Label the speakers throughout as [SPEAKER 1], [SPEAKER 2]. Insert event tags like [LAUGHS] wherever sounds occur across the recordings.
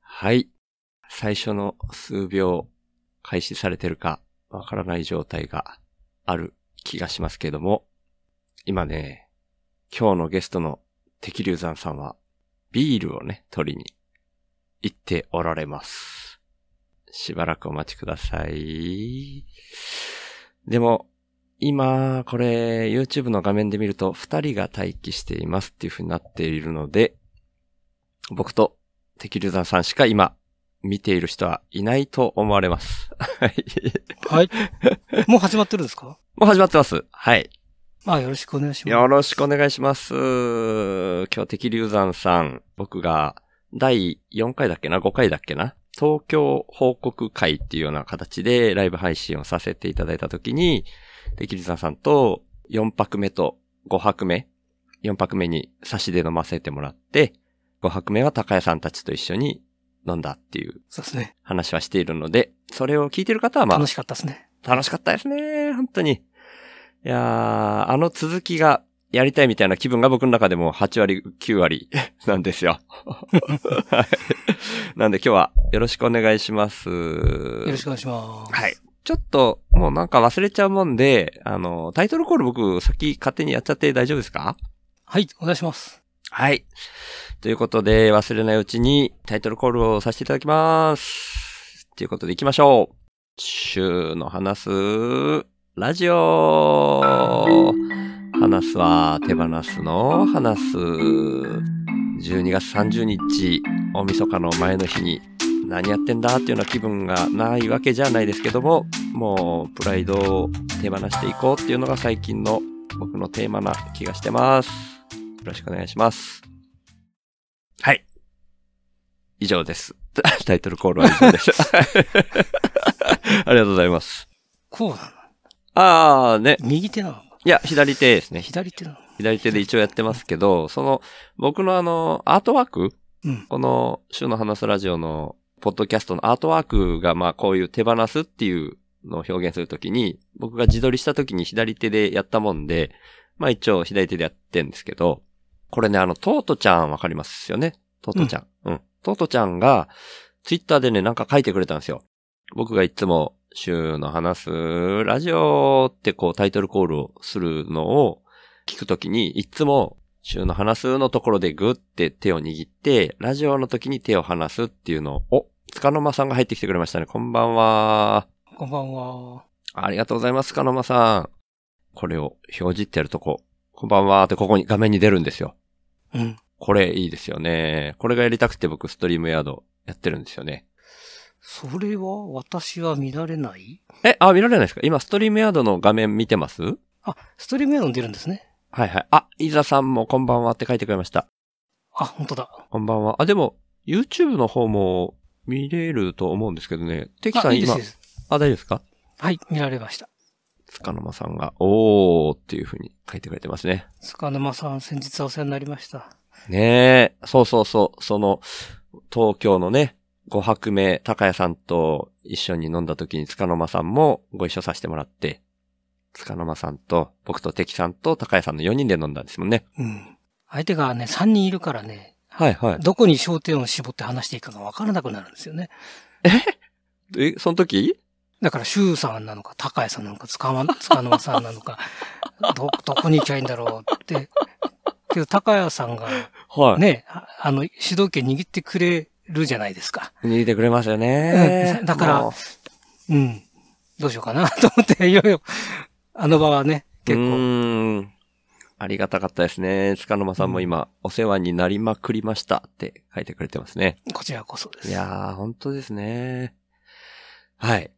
[SPEAKER 1] はい。最初の数秒開始されてるかわからない状態がある気がしますけども、今ね、今日のゲストの敵流山さんはビールをね、取りに行っておられます。しばらくお待ちください。でも、今、これ、YouTube の画面で見ると、二人が待機していますっていう風になっているので、僕と、敵流山さんしか今、見ている人はいないと思われます。 [LAUGHS] はい。
[SPEAKER 2] はい。もう始まってるんですか
[SPEAKER 1] もう始まってます。はい。
[SPEAKER 2] まあ、よろしくお願いします。
[SPEAKER 1] よろしくお願いします。今日、敵流山さん、僕が、第4回だっけな ?5 回だっけな東京報告会っていうような形でライブ配信をさせていただいたときに、敵流山さんと4泊目と5泊目、4泊目に差しで飲ませてもらって、5泊目は高谷さんたちと一緒に飲んだっていう
[SPEAKER 2] そうですね。
[SPEAKER 1] 話はしているので、それを聞いてる方はまあ
[SPEAKER 2] 楽、しかったですね。
[SPEAKER 1] 楽しかったですね。本当に。いやー、あの続きがやりたいみたいな気分が僕の中でも8割、9割 [LAUGHS] なんですよ。はい。なんで今日はよろしくお願いします。よ
[SPEAKER 2] よろしくお願いします。
[SPEAKER 1] はい。ちょっと、もうなんか忘れちゃうもんで、あの、タイトルコール僕先勝手にやっちゃって大丈夫ですか
[SPEAKER 2] はい、お願いします。
[SPEAKER 1] はい。ということで、忘れないうちにタイトルコールをさせていただきます。ということで行きましょう。週の話す、ラジオ話すは手放すの話す。12月30日、大晦日の前の日に何やってんだっていうような気分がないわけじゃないですけども、もうプライドを手放していこうっていうのが最近の僕のテーマな気がしてます。よろしくお願いします。はい。以上です。 [LAUGHS] タイトルコールは以上です。 [LAUGHS] ありがとうございます。
[SPEAKER 2] こうなの
[SPEAKER 1] あーね。
[SPEAKER 2] 右手なの
[SPEAKER 1] いや、左手ですね。
[SPEAKER 2] 左手なの
[SPEAKER 1] 左手で一応やってますけど、その、僕のあの、アートワーク
[SPEAKER 2] うん。
[SPEAKER 1] この、週の話すラジオの、ポッドキャストのアートワークが、まあ、こういう手放すっていうのを表現するときに、僕が自撮りしたときに左手でやったもんで、まあ一応左手でやってんですけど、これね、あの、トートちゃんわかりますよねトートちゃん。うん。トートちゃんが、ツイッターでね、なんか書いてくれたんですよ。僕がいつも、週の話すラジオってこうタイトルコールをするのを聞くときに、いつも週の話すのところでグって手を握って、ラジオの時に手を離すっていうのを、お、つかの間さんが入ってきてくれましたね。こんばんは。
[SPEAKER 2] こんばんは。
[SPEAKER 1] ありがとうございます、つかの間さん。これを表示ってやるとこ、こんばんはってここに画面に出るんですよ。
[SPEAKER 2] うん。
[SPEAKER 1] これいいですよね。これがやりたくて僕ストリームヤードやってるんですよね。
[SPEAKER 2] それは、私は見られない
[SPEAKER 1] え、あ、見られないですか今ストリームヤードの画面見てますは
[SPEAKER 2] あ、ストリームヤードに出るんですね。
[SPEAKER 1] いはい。あ、いざさんもこんばんはって書いてくれました。
[SPEAKER 2] あ、本当だ。
[SPEAKER 1] こんばんは。あ、でも、YouTube の方も見れると思うんですけどね。テキさ
[SPEAKER 2] あ、
[SPEAKER 1] ん
[SPEAKER 2] いいで
[SPEAKER 1] 今、
[SPEAKER 2] すいいです。
[SPEAKER 1] あ、大丈夫ですか
[SPEAKER 2] はい、見られました。
[SPEAKER 1] つかの間さんが、おーっていう風に書いてくれてますね。
[SPEAKER 2] 坂沼さん、先日はお世話になりました。
[SPEAKER 1] ねえ、そうそうそう、その、東京のね、5泊目、高谷さんと一緒に飲んだ時に、つかの間さんもご一緒させてもらって、つかの間さんと、僕と敵さんと高谷さんの4人で飲んだんですもんね。
[SPEAKER 2] うん。相手がね、3人いるからね、
[SPEAKER 1] はいはい。
[SPEAKER 2] どこに焦点を絞って話していいかがわからなくなるんですよね。
[SPEAKER 1] え、その時
[SPEAKER 2] だから、周さんなのか、高谷さんなのか、つかま、つかの間さんなのか、ど、どこに行きゃいいんだろうって。けど、高谷さんが
[SPEAKER 1] はい。ね。
[SPEAKER 2] ね、ああの、主導権握ってくれるじゃないですか。
[SPEAKER 1] 似てくれますよね
[SPEAKER 2] う。んだから
[SPEAKER 1] もう
[SPEAKER 2] うん。どうしようかな [LAUGHS] と思って、いよいよ、あの場はね、結
[SPEAKER 1] う
[SPEAKER 2] 構、
[SPEAKER 1] ーん。ありがたかったですね。つかの間さんも今、お世話になりまくりましたって書いてくれてますね。
[SPEAKER 2] こちらこそです。
[SPEAKER 1] いやー、本当ですね。はい。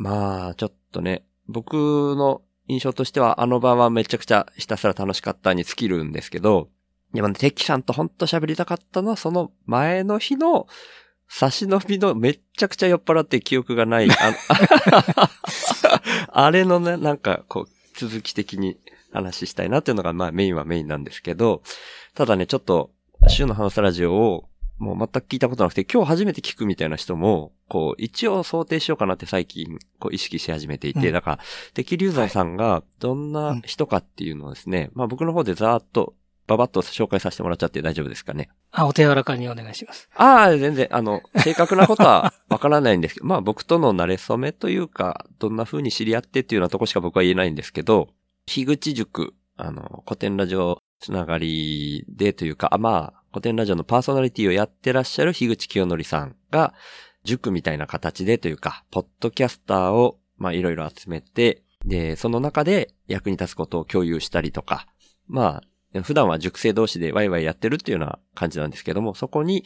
[SPEAKER 1] まあ、ちょっとね、僕の印象としては、あの場はめちゃくちゃひたすら楽しかったに尽きるんですけど、でもね、テッキさんと本当喋りたかったのは、その前の日の差し伸びのめっちゃくちゃ酔っ払って記憶がない、あ
[SPEAKER 2] [LAUGHS]
[SPEAKER 1] あれのね、なんかこう、続き的に話したいなっていうのが、まあメインはメインなんですけど、ただね、ちょっと、週の話すラジオをもう全く聞いたことなくて、今日初めて聞くみたいな人も、こう、一応想定しようかなって最近、こう、意識し始めていて、
[SPEAKER 2] うん
[SPEAKER 1] だから、敵流罪さんがどんな人かっていうのをですね、まあ僕の方でざーっとババッと紹介させてもらっちゃって大丈夫ですかね。
[SPEAKER 2] あ、お手柔らかにお願いします。
[SPEAKER 1] ああ、全然、あの、正確なことはわからないんですけど、 [LAUGHS] まあ僕との慣れ初めというか、どんな風に知り合ってっていうようなとこしか僕は言えないんですけど、樋口塾、あの、古典ラジオつながりでというか、あまあ、古典ラジオのパーソナリティをやってらっしゃる樋口清則さんが、塾みたいな形でというか、ポッドキャスターを、まあいろいろ集めて、で、その中で役に立つことを共有したりとか、まあ、普段は塾生同士でワイワイやってるっていうような感じなんですけども、そこに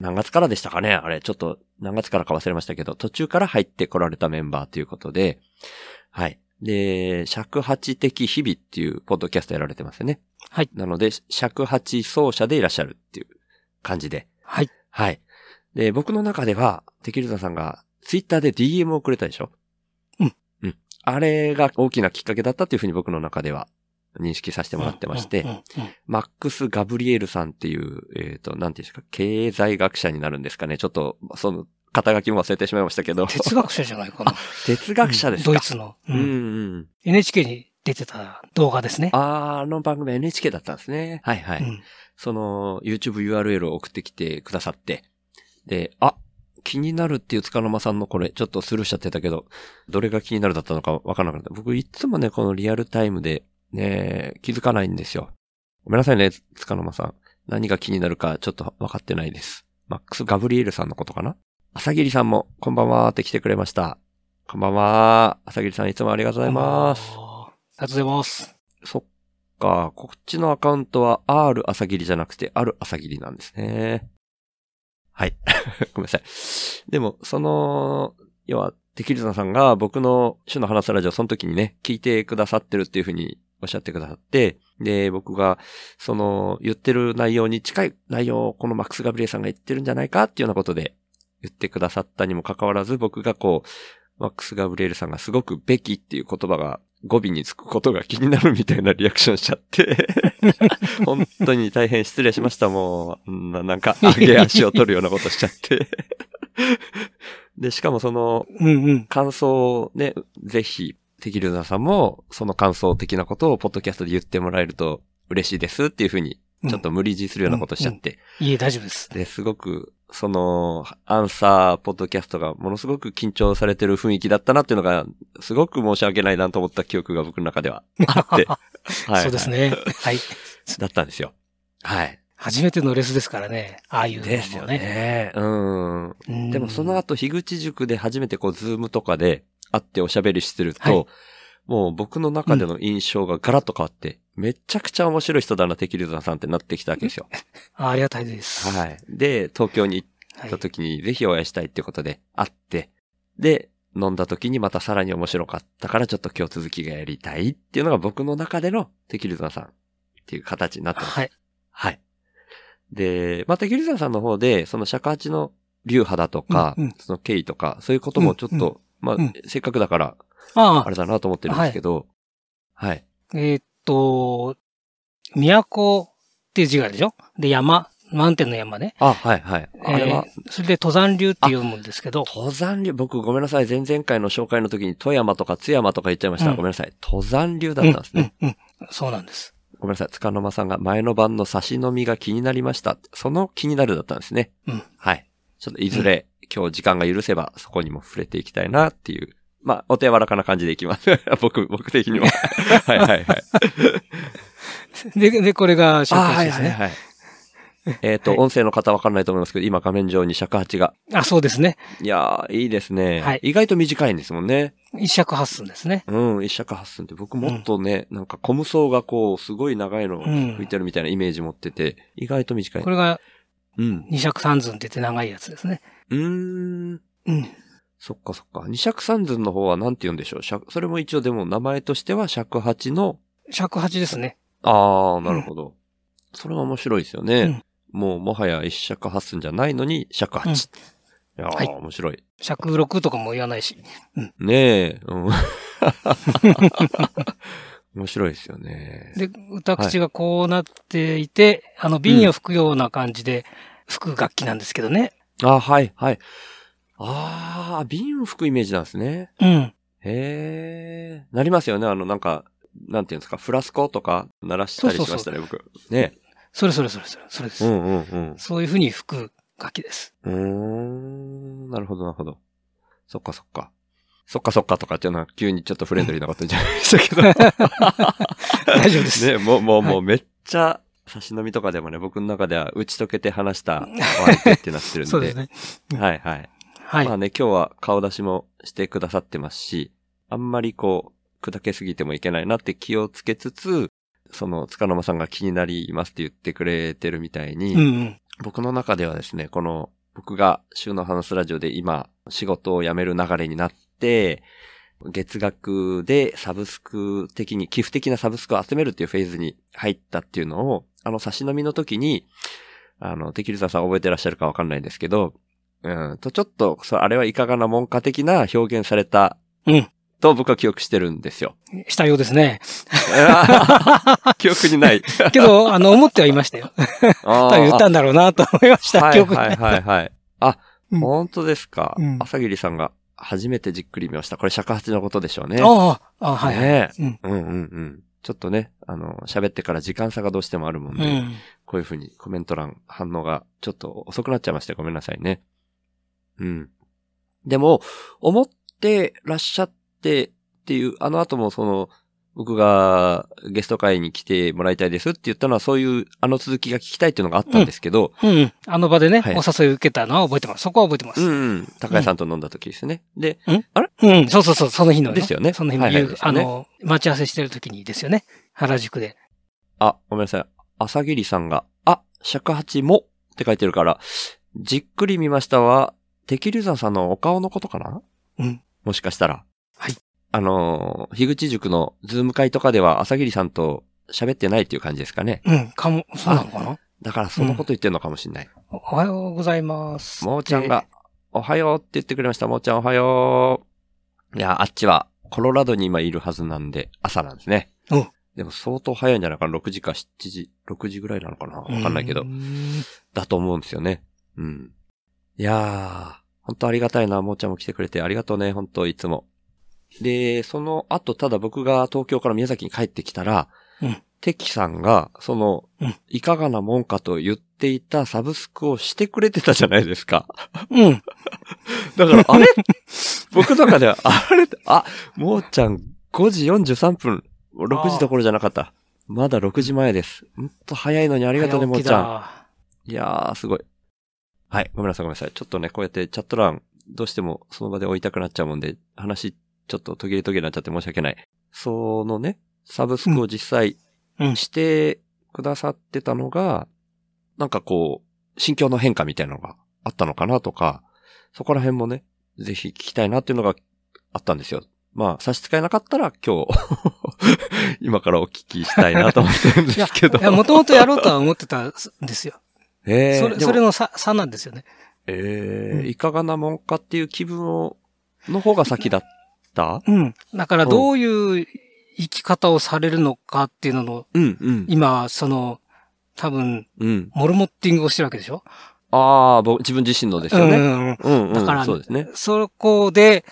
[SPEAKER 1] 何月からでしたかねあれ、ちょっと何月からか忘れましたけど、途中から入ってこられたメンバーということで、はい。で、尺八的日々っていうポッドキャストやられてますよね。
[SPEAKER 2] はい。
[SPEAKER 1] なので、尺八奏者でいらっしゃるっていう感じで。
[SPEAKER 2] はい。
[SPEAKER 1] はい。で、僕の中では、テキルザさんがツイッターで DM をくれたでしょ
[SPEAKER 2] うん。
[SPEAKER 1] うん。あれが大きなきっかけだったというふうに僕の中では認識させてもらってまして、
[SPEAKER 2] うんうんうんうん
[SPEAKER 1] マックス・ガブリエルさんっていう、えっ、と、なんていうんですか、経済学者になるんですかね。ちょっと、その、肩書きも忘れてしまいましたけど。
[SPEAKER 2] 哲学者じゃないかな。
[SPEAKER 1] [LAUGHS] 哲学者ですか、
[SPEAKER 2] ドイツの。う
[SPEAKER 1] うん
[SPEAKER 2] ん
[SPEAKER 1] うん。
[SPEAKER 2] NHK に出てた動画ですね。
[SPEAKER 1] あーあの番組は NHK だったんですね。はいはい。
[SPEAKER 2] うん
[SPEAKER 1] その、YouTube URL を送ってきてくださって。で、あ、気になるっていう塚間さんのこれ、ちょっとスルーしちゃってたけど、どれが気になるだったのかわからなかった。僕いつもね、このリアルタイムで、ね、気づかないんですよ。ごめんなさいね、塚間さん。何が気になるかちょっとわかってないです。マックス・ガブリエルさんのことかな朝霧さんも、こんばんはーって来てくれました。こんばんはー。朝霧さんいつもありがとうございます。。
[SPEAKER 2] ありがとうございます。
[SPEAKER 1] そっか、こっちのアカウントは R 朝霧じゃなくて、ある朝霧なんですね。はい。 [LAUGHS] ごめんなさい。でも、その、要は、テキルザさんが僕の主の話すラジオ、その時にね、聞いてくださってるっていうふうにおっしゃってくださって、で、僕が、その、言ってる内容に近い内容をこのマックス・ガブリエさんが言ってるんじゃないかっていうようなことで言ってくださったにもかかわらず、僕がこう、マックス・ガブリエルさんがすごくべきっていう言葉が語尾につくことが気になるみたいなリアクションしちゃって、本当に大変失礼しました、もう。ななんか、上げ足を取るようなことしちゃって。で、しかもその、
[SPEAKER 2] うんうん。
[SPEAKER 1] 感想をね、ぜひ、テキルザさんも、その感想的なことをポッドキャストで言ってもらえると嬉しいですっていうふうに、ちょっと無理強いするようなことしちゃって、
[SPEAKER 2] いえ、大丈夫です。
[SPEAKER 1] で、すごく、その、アンサー、ポッドキャストがものすごく緊張されてる雰囲気だったなっていうのが、すごく申し訳ないなと思った記憶が僕の中では。
[SPEAKER 2] [LAUGHS]
[SPEAKER 1] てはい、
[SPEAKER 2] そうです。ね。はい。
[SPEAKER 1] だったんですよ。はい。
[SPEAKER 2] 初めてのレスですからね。ああいうのもね。
[SPEAKER 1] ですよね。うん。
[SPEAKER 2] うん
[SPEAKER 1] でもその後、樋口塾で初めてこう、ズームとかで会っておしゃべりしてると、
[SPEAKER 2] はい
[SPEAKER 1] もう僕の中での印象がガラッと変わって、めちゃくちゃ面白い人だな、テキルザさんってなってきたわけですよ。
[SPEAKER 2] あありがたいです。はい。
[SPEAKER 1] はい。で、東京に行って行った時に、ぜひお会いしたいってことで会って、で、飲んだ時にまたさらに面白かったから、ちょっと今日続きがやりたいっていうのが僕の中でのテキルザさんっていう形になってます。
[SPEAKER 2] はい。
[SPEAKER 1] はい。で、まあ、テキルザさんの方で、その尺八の流派だとか、
[SPEAKER 2] うんうん
[SPEAKER 1] その経緯とか、そういうこともちょっと、まあ、
[SPEAKER 2] うん
[SPEAKER 1] せっかくだから、
[SPEAKER 2] あ
[SPEAKER 1] あれだなと思ってるんですけど、はい。
[SPEAKER 2] あ、えーっと、都っていう字があるでしょで、山。マウンテンの山ね。
[SPEAKER 1] あ、はい、はい。あれは、
[SPEAKER 2] えーそれで登山流って読むんですけど。
[SPEAKER 1] 登山流、僕ごめんなさい。前々回の紹介の時に富山とか津山とか言っちゃいました。
[SPEAKER 2] うん
[SPEAKER 1] ごめんなさい。登山流だったんですね。
[SPEAKER 2] うんうんうんそうなんです。
[SPEAKER 1] ごめんなさい。つかの間さんが前の晩の差し飲みが気になりました。その気になるだったんですね。 [LAUGHS]
[SPEAKER 2] うん
[SPEAKER 1] はい。ちょっといずれ、今日時間が許せばそこにも触れていきたいなっていう。まあ、お手柔らかな感じでいきます。 [LAUGHS] 僕、僕的
[SPEAKER 2] [LAUGHS]
[SPEAKER 1] には。はいはいはい。
[SPEAKER 2] で、で、これが紹
[SPEAKER 1] あ
[SPEAKER 2] 介ですね。
[SPEAKER 1] はいはい。えっと、
[SPEAKER 2] はい
[SPEAKER 1] 音声の方わかんないと思いますけど、今画面上に尺八が。
[SPEAKER 2] あ、そうですね。
[SPEAKER 1] いやー、いいですね。
[SPEAKER 2] はい
[SPEAKER 1] 意外と短いんですもんね。
[SPEAKER 2] 一尺八寸ですね。
[SPEAKER 1] うん、一尺八寸って僕もっとね、なんかコムソがこう、すごい長いのを
[SPEAKER 2] うん
[SPEAKER 1] 吹いてるみたいなイメージ持ってて、意外と短い
[SPEAKER 2] こ。れが
[SPEAKER 1] うん。
[SPEAKER 2] 二尺三寸って言って長いやつですね。
[SPEAKER 1] うーん。
[SPEAKER 2] うん。
[SPEAKER 1] そっかそっか。二尺三寸の方はなんて言うんでしょう。尺それも一応でも名前としては尺八の、
[SPEAKER 2] 尺八ですね。
[SPEAKER 1] あー、なるほど。それは面白いですよね。もうもはや一尺八寸じゃないのに尺八。
[SPEAKER 2] うん
[SPEAKER 1] いやー、
[SPEAKER 2] はい
[SPEAKER 1] 面白い。
[SPEAKER 2] 尺六とかも言わないし。
[SPEAKER 1] ねえ。うん、 [LAUGHS] 面白いですよね。
[SPEAKER 2] で、歌口がこうなっていて、あの、瓶を吹くような感じで吹く楽器なんですけどね。
[SPEAKER 1] あ、はい、はい。ああ、瓶を吹くイメージなんですね。
[SPEAKER 2] うん。
[SPEAKER 1] へえ、なりますよね。あの、なんか、なんていうんですか、フラスコとか鳴らしたりしましたね、僕。ね。
[SPEAKER 2] それそれそれそれ、それで
[SPEAKER 1] う
[SPEAKER 2] す。
[SPEAKER 1] んうんうん。
[SPEAKER 2] そういうふうに吹く楽器です。
[SPEAKER 1] うーん、なるほど、なるほど。そっかそっか。そっかそっかとかっていうのは急にちょっとフレンドリーなことになっちゃいましたけ
[SPEAKER 2] [LAUGHS] 大丈夫です。
[SPEAKER 1] ど。ね、もう、もう、
[SPEAKER 2] はい
[SPEAKER 1] もうめっちゃ、差し飲みとかでもね、僕の中では打ち解けて話したお相手ってなってるんで。
[SPEAKER 2] [LAUGHS] そうですね。
[SPEAKER 1] はいはい。
[SPEAKER 2] はい
[SPEAKER 1] ま。あね、今日は顔出しもしてくださってますし、あんまりこう、砕けすぎてもいけないなって気をつけつつ、その、つかの間さんが気になりますって言ってくれてるみたいに、
[SPEAKER 2] うんうん。
[SPEAKER 1] 僕の中ではですね、この、僕が週の話すラジオで今、仕事を辞める流れになって、月額でサブスク的に、寄付的なサブスクを集めるっていうフェーズに入ったっていうのを、あの、差し飲みの時に、あの、テキルザさん覚えてらっしゃるかわかんないんですけど、うん、と、ちょっと、そうあれはいかがなもんか的な表現された、
[SPEAKER 2] うん。
[SPEAKER 1] と僕は記憶してるんです
[SPEAKER 2] [LAUGHS]
[SPEAKER 1] よ。 [LAUGHS]
[SPEAKER 2] したようですね。 [LAUGHS]
[SPEAKER 1] 記憶にない。
[SPEAKER 2] けど、あの、思ってはいましたよ。
[SPEAKER 1] あー
[SPEAKER 2] 多分言ったんだろうなと思いました。記憶に
[SPEAKER 1] はいはいはいはい。あ、
[SPEAKER 2] うん
[SPEAKER 1] 本当ですか。
[SPEAKER 2] うん
[SPEAKER 1] 朝霧さんが初めてじっくり見ました。これ尺八のことでしょうね。
[SPEAKER 2] ああ、ああはい。
[SPEAKER 1] ねえ
[SPEAKER 2] うん。
[SPEAKER 1] うんうんうん。ちょっとね、あの、喋ってから時間差がどうしてもあるもん
[SPEAKER 2] う
[SPEAKER 1] で、
[SPEAKER 2] ん。
[SPEAKER 1] こういうふうにコメント欄反応がちょっと遅くなっちゃいましてごめんなさいね。うん。でも、思ってらっしゃってっていう、あの後もその、僕がゲスト会に来てもらいたいですって言ったのはそういう、あの続きが聞きたいっていうのがあったんですけど、
[SPEAKER 2] うん。あの場でね、
[SPEAKER 1] はい
[SPEAKER 2] お誘い受けたのは覚えてます。そこは覚えてま
[SPEAKER 1] う
[SPEAKER 2] す。
[SPEAKER 1] んうん。高橋さんと飲んだ時ですね。で、
[SPEAKER 2] うん。そうそうそう、その日の。
[SPEAKER 1] ですよね
[SPEAKER 2] その日の
[SPEAKER 1] はいはい
[SPEAKER 2] 夕
[SPEAKER 1] ですよ
[SPEAKER 2] あ
[SPEAKER 1] ね
[SPEAKER 2] の、待ち合わせしてる時にですよね。原宿で。
[SPEAKER 1] あ、ごめんなさい。朝霧さんが、あ、尺八もって書いてるから、じっくり見ましたは、敵流山さんのお顔のことかな
[SPEAKER 2] うん。
[SPEAKER 1] もしかしたら。
[SPEAKER 2] はい。
[SPEAKER 1] あのー、樋口塾のズーム会とかでは朝霧さんと喋ってないっていう感じですかね。
[SPEAKER 2] うん。かも、そうなのかな
[SPEAKER 1] だからそのこと言ってるのかもしれない。
[SPEAKER 2] おおはようございます。
[SPEAKER 1] もーちゃんが、おはようって言ってくれました。もーちゃんおはよう。いや、あっちは、コロラドに今いるはずなんで、朝なんですね。
[SPEAKER 2] うん
[SPEAKER 1] でも相当早いんじゃないかな。6時か7時、6時ぐらいなのかなわ
[SPEAKER 2] で、
[SPEAKER 1] かんないけど
[SPEAKER 2] う。ん
[SPEAKER 1] だと思うんですよね。うん。いやー、本当ありがたいな。もーちゃんも来てくれてありがとうね。本当いつも。で、その後、ただ僕が東京から宮崎に帰ってきたら、
[SPEAKER 2] うん
[SPEAKER 1] テキさんが、その、
[SPEAKER 2] うん
[SPEAKER 1] いかがなもんかと言っていたサブスクをしてくれてたじゃないですか。
[SPEAKER 2] うん。
[SPEAKER 1] だから、あれ僕の中では、あれあ、もうちゃん5時43分。6時どころじゃなかった。まだ6時前です。ほんと早いのにあ
[SPEAKER 2] あ
[SPEAKER 1] りがとうね、もうちゃ
[SPEAKER 2] ん。
[SPEAKER 1] ん。いやー、すごい。はい、ごめんなさい、ごめんなさい。ちょっとね、こうやってチャット欄、どうしてもその場で追いたくなっちゃうもんで、話、ちょっと途切れ途切れになっちゃって申し訳ない。そのね、サブスクを実際
[SPEAKER 2] うん。
[SPEAKER 1] してくださってたのが、なんかこう、心境の変化みたいなのがあったのかなとか、そこら辺もね、ぜひ聞きたいなっていうのがあったんですよ。まあ、差し支えなかったら今日、 [LAUGHS] 今からお聞きしたいなと思ってるんですけど。
[SPEAKER 2] いや、もともとやろうとは思ってたんですよ。
[SPEAKER 1] えー
[SPEAKER 2] それ、
[SPEAKER 1] で
[SPEAKER 2] そ
[SPEAKER 1] も
[SPEAKER 2] れの差、差なんですよね。
[SPEAKER 1] えー
[SPEAKER 2] うん
[SPEAKER 1] いかがなもんかっていう気分を、の方が先だった
[SPEAKER 2] うん。だから、どういう生き方をされるのかっていうのの、
[SPEAKER 1] うん、うん。
[SPEAKER 2] 今、その、多分、
[SPEAKER 1] うん。
[SPEAKER 2] モルモッティングをしてるわけでしょ
[SPEAKER 1] ああ、僕自分自身のですよ
[SPEAKER 2] う
[SPEAKER 1] ね。
[SPEAKER 2] んうんうん。
[SPEAKER 1] うん、うん。
[SPEAKER 2] だから
[SPEAKER 1] そうですね。
[SPEAKER 2] そこで、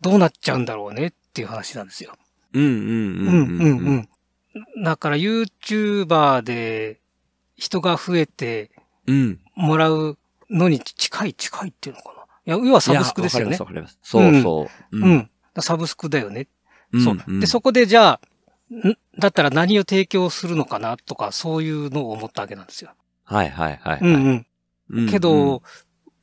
[SPEAKER 2] どうなっちゃうんだろうねっていう話なんですよ。
[SPEAKER 1] うん、
[SPEAKER 2] う
[SPEAKER 1] うんん、
[SPEAKER 2] う
[SPEAKER 1] うんん。
[SPEAKER 2] うん。だから YouTuber で人が増えて
[SPEAKER 1] うん。
[SPEAKER 2] もらうのに近い近いっていうのかな。いや、要はサブスクですよ
[SPEAKER 1] い
[SPEAKER 2] ね
[SPEAKER 1] や。わかります、わかります。そうそう。
[SPEAKER 2] うん。だからサブスクだよね。
[SPEAKER 1] うん
[SPEAKER 2] そうう。
[SPEAKER 1] ん
[SPEAKER 2] で、そこでじゃあ、んだったら何を提供するのかなとか、そういうのを思ったわけなんですよ。
[SPEAKER 1] はいはいはいはい。
[SPEAKER 2] うんうん。
[SPEAKER 1] うん
[SPEAKER 2] け
[SPEAKER 1] う
[SPEAKER 2] ど、
[SPEAKER 1] ん、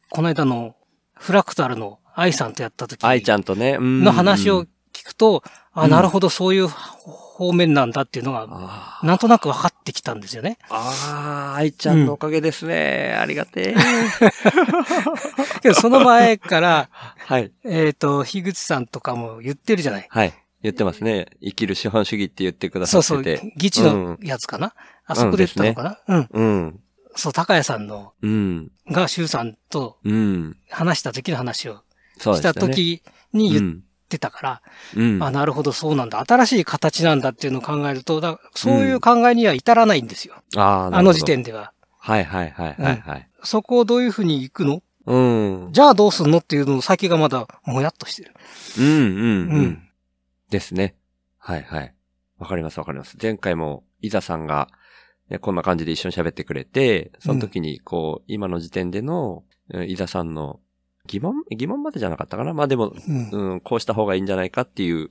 [SPEAKER 2] この間のフラクタルの愛さんとやった時
[SPEAKER 1] 愛ちゃんとね、
[SPEAKER 2] の
[SPEAKER 1] の
[SPEAKER 2] 話を、聞くと、あ、
[SPEAKER 1] うん
[SPEAKER 2] なるほど、そういう方面なんだっていうのが、
[SPEAKER 1] あー
[SPEAKER 2] なんとなく分かってきたんですよね。
[SPEAKER 1] あー、愛ちゃんのおかげですね。ありが
[SPEAKER 2] [LAUGHS]
[SPEAKER 1] てえ。
[SPEAKER 2] けど、その前から、
[SPEAKER 1] はい、
[SPEAKER 2] えっと、樋口さんとかも言ってるじゃない。
[SPEAKER 1] はい。言ってますね。生きる資本主義って言ってくださ
[SPEAKER 2] そ
[SPEAKER 1] っ
[SPEAKER 2] うそう
[SPEAKER 1] てて。、
[SPEAKER 2] 議事のやつかな。あそこで言ったのかな。うん。
[SPEAKER 1] うん。
[SPEAKER 2] そう、高谷さんの、
[SPEAKER 1] うん。
[SPEAKER 2] が、周さんと
[SPEAKER 1] うん。
[SPEAKER 2] 話した時の話を
[SPEAKER 1] そうでし
[SPEAKER 2] し
[SPEAKER 1] た
[SPEAKER 2] た
[SPEAKER 1] ね。
[SPEAKER 2] 時に
[SPEAKER 1] う
[SPEAKER 2] 言っ
[SPEAKER 1] ん。
[SPEAKER 2] てたから、
[SPEAKER 1] うん。
[SPEAKER 2] あ、なるほど、そうなんだ。新しい形なんだっていうのを考えると、だそういう考えには至らないんですよ。
[SPEAKER 1] あー
[SPEAKER 2] あの
[SPEAKER 1] な
[SPEAKER 2] 時。
[SPEAKER 1] る
[SPEAKER 2] 点では。
[SPEAKER 1] ほどはいはいはいはいはい。
[SPEAKER 2] そこをどういうふうに行くの
[SPEAKER 1] うん。うん
[SPEAKER 2] じゃあどうすんのっていうのを先がまだもやっとしてる。
[SPEAKER 1] うんう
[SPEAKER 2] うん
[SPEAKER 1] ん。ですね。はいはい。わかりますわかります。前回も、いざさんが、ね、こんな感じで一緒に喋ってくれて、その時に、こう、今の時点での、うんいざさんの疑問疑問までじゃなかったかなまあでも、
[SPEAKER 2] うん。
[SPEAKER 1] うん、こうした方がいいんじゃないかっていう、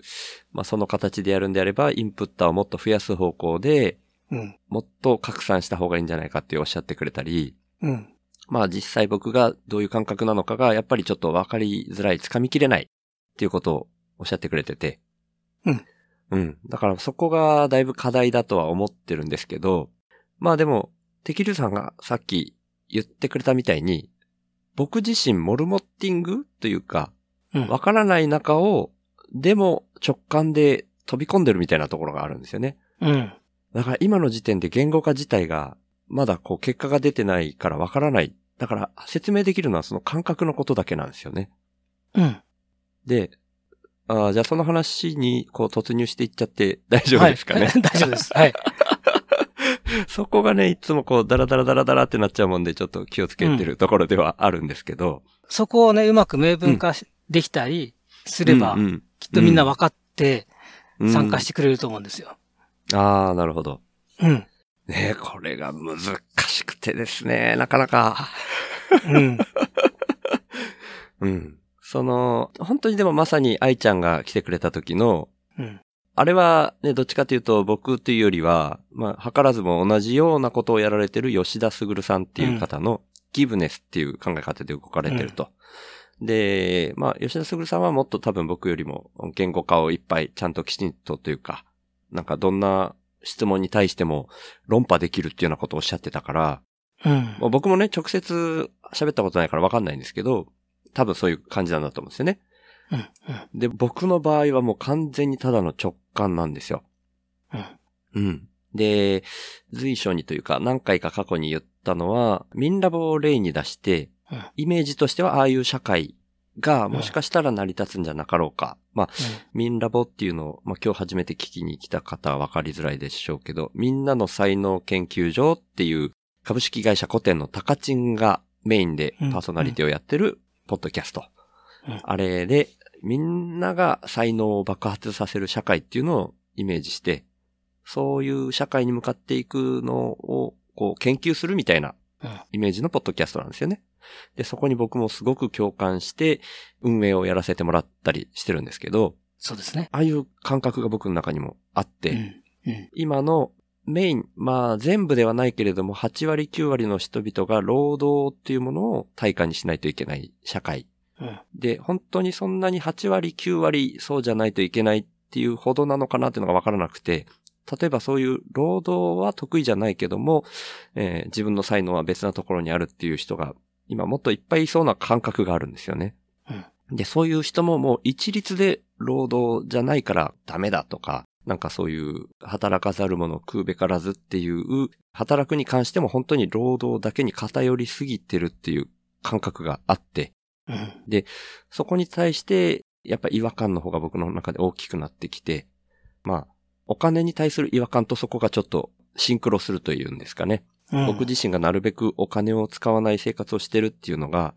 [SPEAKER 1] まあその形でやるんであれば、インプッターをもっと増やす方向で、
[SPEAKER 2] うん。
[SPEAKER 1] もっと拡散した方がいいんじゃないかっておっしゃってくれたり、
[SPEAKER 2] うん。
[SPEAKER 1] まあ実際僕がどういう感覚なのかがやっぱりちょっと分かりづらい、掴みきれないっていうことをおっしゃってくれてて。
[SPEAKER 2] うん。
[SPEAKER 1] うん。だからそこがだいぶ課題だとは思ってるんですけど、まあでも、テキルさんがさっき言ってくれたみたいに、僕自身モルモッティングというか、
[SPEAKER 2] うん。
[SPEAKER 1] わからない中を、でも直感で飛び込んでるみたいなところがあるんですよね。
[SPEAKER 2] うん。
[SPEAKER 1] だから今の時点で言語化自体が、まだこう結果が出てないからわからない。だから説明できるのはその感覚のことだけなんですよね。
[SPEAKER 2] うん。
[SPEAKER 1] で、あーじゃあその話にこう突入していっちゃって [LAUGHS] 大丈夫ですかね。
[SPEAKER 2] はい [LAUGHS] 大丈夫です。はい。
[SPEAKER 1] そこがね、いつもこうダラダラダラダラってなっちゃうもんでちょっと気をつけてるところではあるんですけど。
[SPEAKER 2] そこをね、うまく明文化しできたりすれば、
[SPEAKER 1] うんうん
[SPEAKER 2] きっとみんな分かって
[SPEAKER 1] うん
[SPEAKER 2] 参加してくれると思うんですよ。
[SPEAKER 1] ああ、なるほど。
[SPEAKER 2] うん。
[SPEAKER 1] ねこれが難しくてですね、なかなか。
[SPEAKER 2] うん。
[SPEAKER 1] うん。その、本当にでもまさに愛ちゃんが来てくれた時の、
[SPEAKER 2] うん。
[SPEAKER 1] あれはね、どっちかというと僕というよりは、まあ、図らずも同じようなことをやられてる吉田卓さんっていう方のギブネスっていう考え方で動かれてると。で、まあ、吉田卓さんはもっと多分僕よりも言語化をいっぱいちゃんときちんとというか、なんかどんな質問に対しても論破できるっていうようなことをおっしゃってたから、
[SPEAKER 2] うん。
[SPEAKER 1] まあ僕もね、直接喋ったことないからわかんないんですけど、多分そういう感じなんだと思うんですよね。
[SPEAKER 2] うん。
[SPEAKER 1] で、僕の場合はもう完全にただの直感なんですよ。
[SPEAKER 2] うん。
[SPEAKER 1] うん。で、随所にというか何回か過去に言ったのは、ミンラボを例に出して
[SPEAKER 2] うん、
[SPEAKER 1] イメージとしてはああいう社会がもしかしたら成り立つんじゃなかろうか。まあ、ミンラボっていうのを、まあ、今日初めて聞きに来た方は分かりづらいでしょうけど、みんなの才能研究所っていう株式会社古典のタカチンがメインでパーソナリティをやってるポッドキャスト。
[SPEAKER 2] うん
[SPEAKER 1] あれで、みんなが才能を爆発させる社会っていうのをイメージして、そういう社会に向かっていくのをこう研究するみたいな
[SPEAKER 2] うん
[SPEAKER 1] イメージのポッドキャストなんですよね。で、そこに僕もすごく共感して運営をやらせてもらったりしてるんですけど、
[SPEAKER 2] そうですね。
[SPEAKER 1] ああいう感覚が僕の中にもあって、
[SPEAKER 2] うん。うん。
[SPEAKER 1] 今のメイン、まあ全部ではないけれども、8割9割の人々が労働っていうものを対価にしないといけない社会。
[SPEAKER 2] うん。
[SPEAKER 1] で、本当にそんなに8割9割そうじゃないといけないっていうほどなのかなっていうのがわからなくて、例えばそういう労働は得意じゃないけども、えー自分の才能は別なところにあるっていう人が、今もっといっぱいいそうな感覚があるんですよね。で、そういう人ももう一律で労働じゃないからダメだとか、なんかそういう働かざる者食うべからずっていう、働くに関しても本当に労働だけに偏りすぎてるっていう感覚があって、
[SPEAKER 2] うん。
[SPEAKER 1] そこに対して、やっぱ違和感の方が僕の中で大きくなってきて、まあ、お金に対する違和感とそこがちょっとシンクロするというんですかね。
[SPEAKER 2] うん。
[SPEAKER 1] 僕自身がなるべくお金を使わない生活をしてるっていうのが、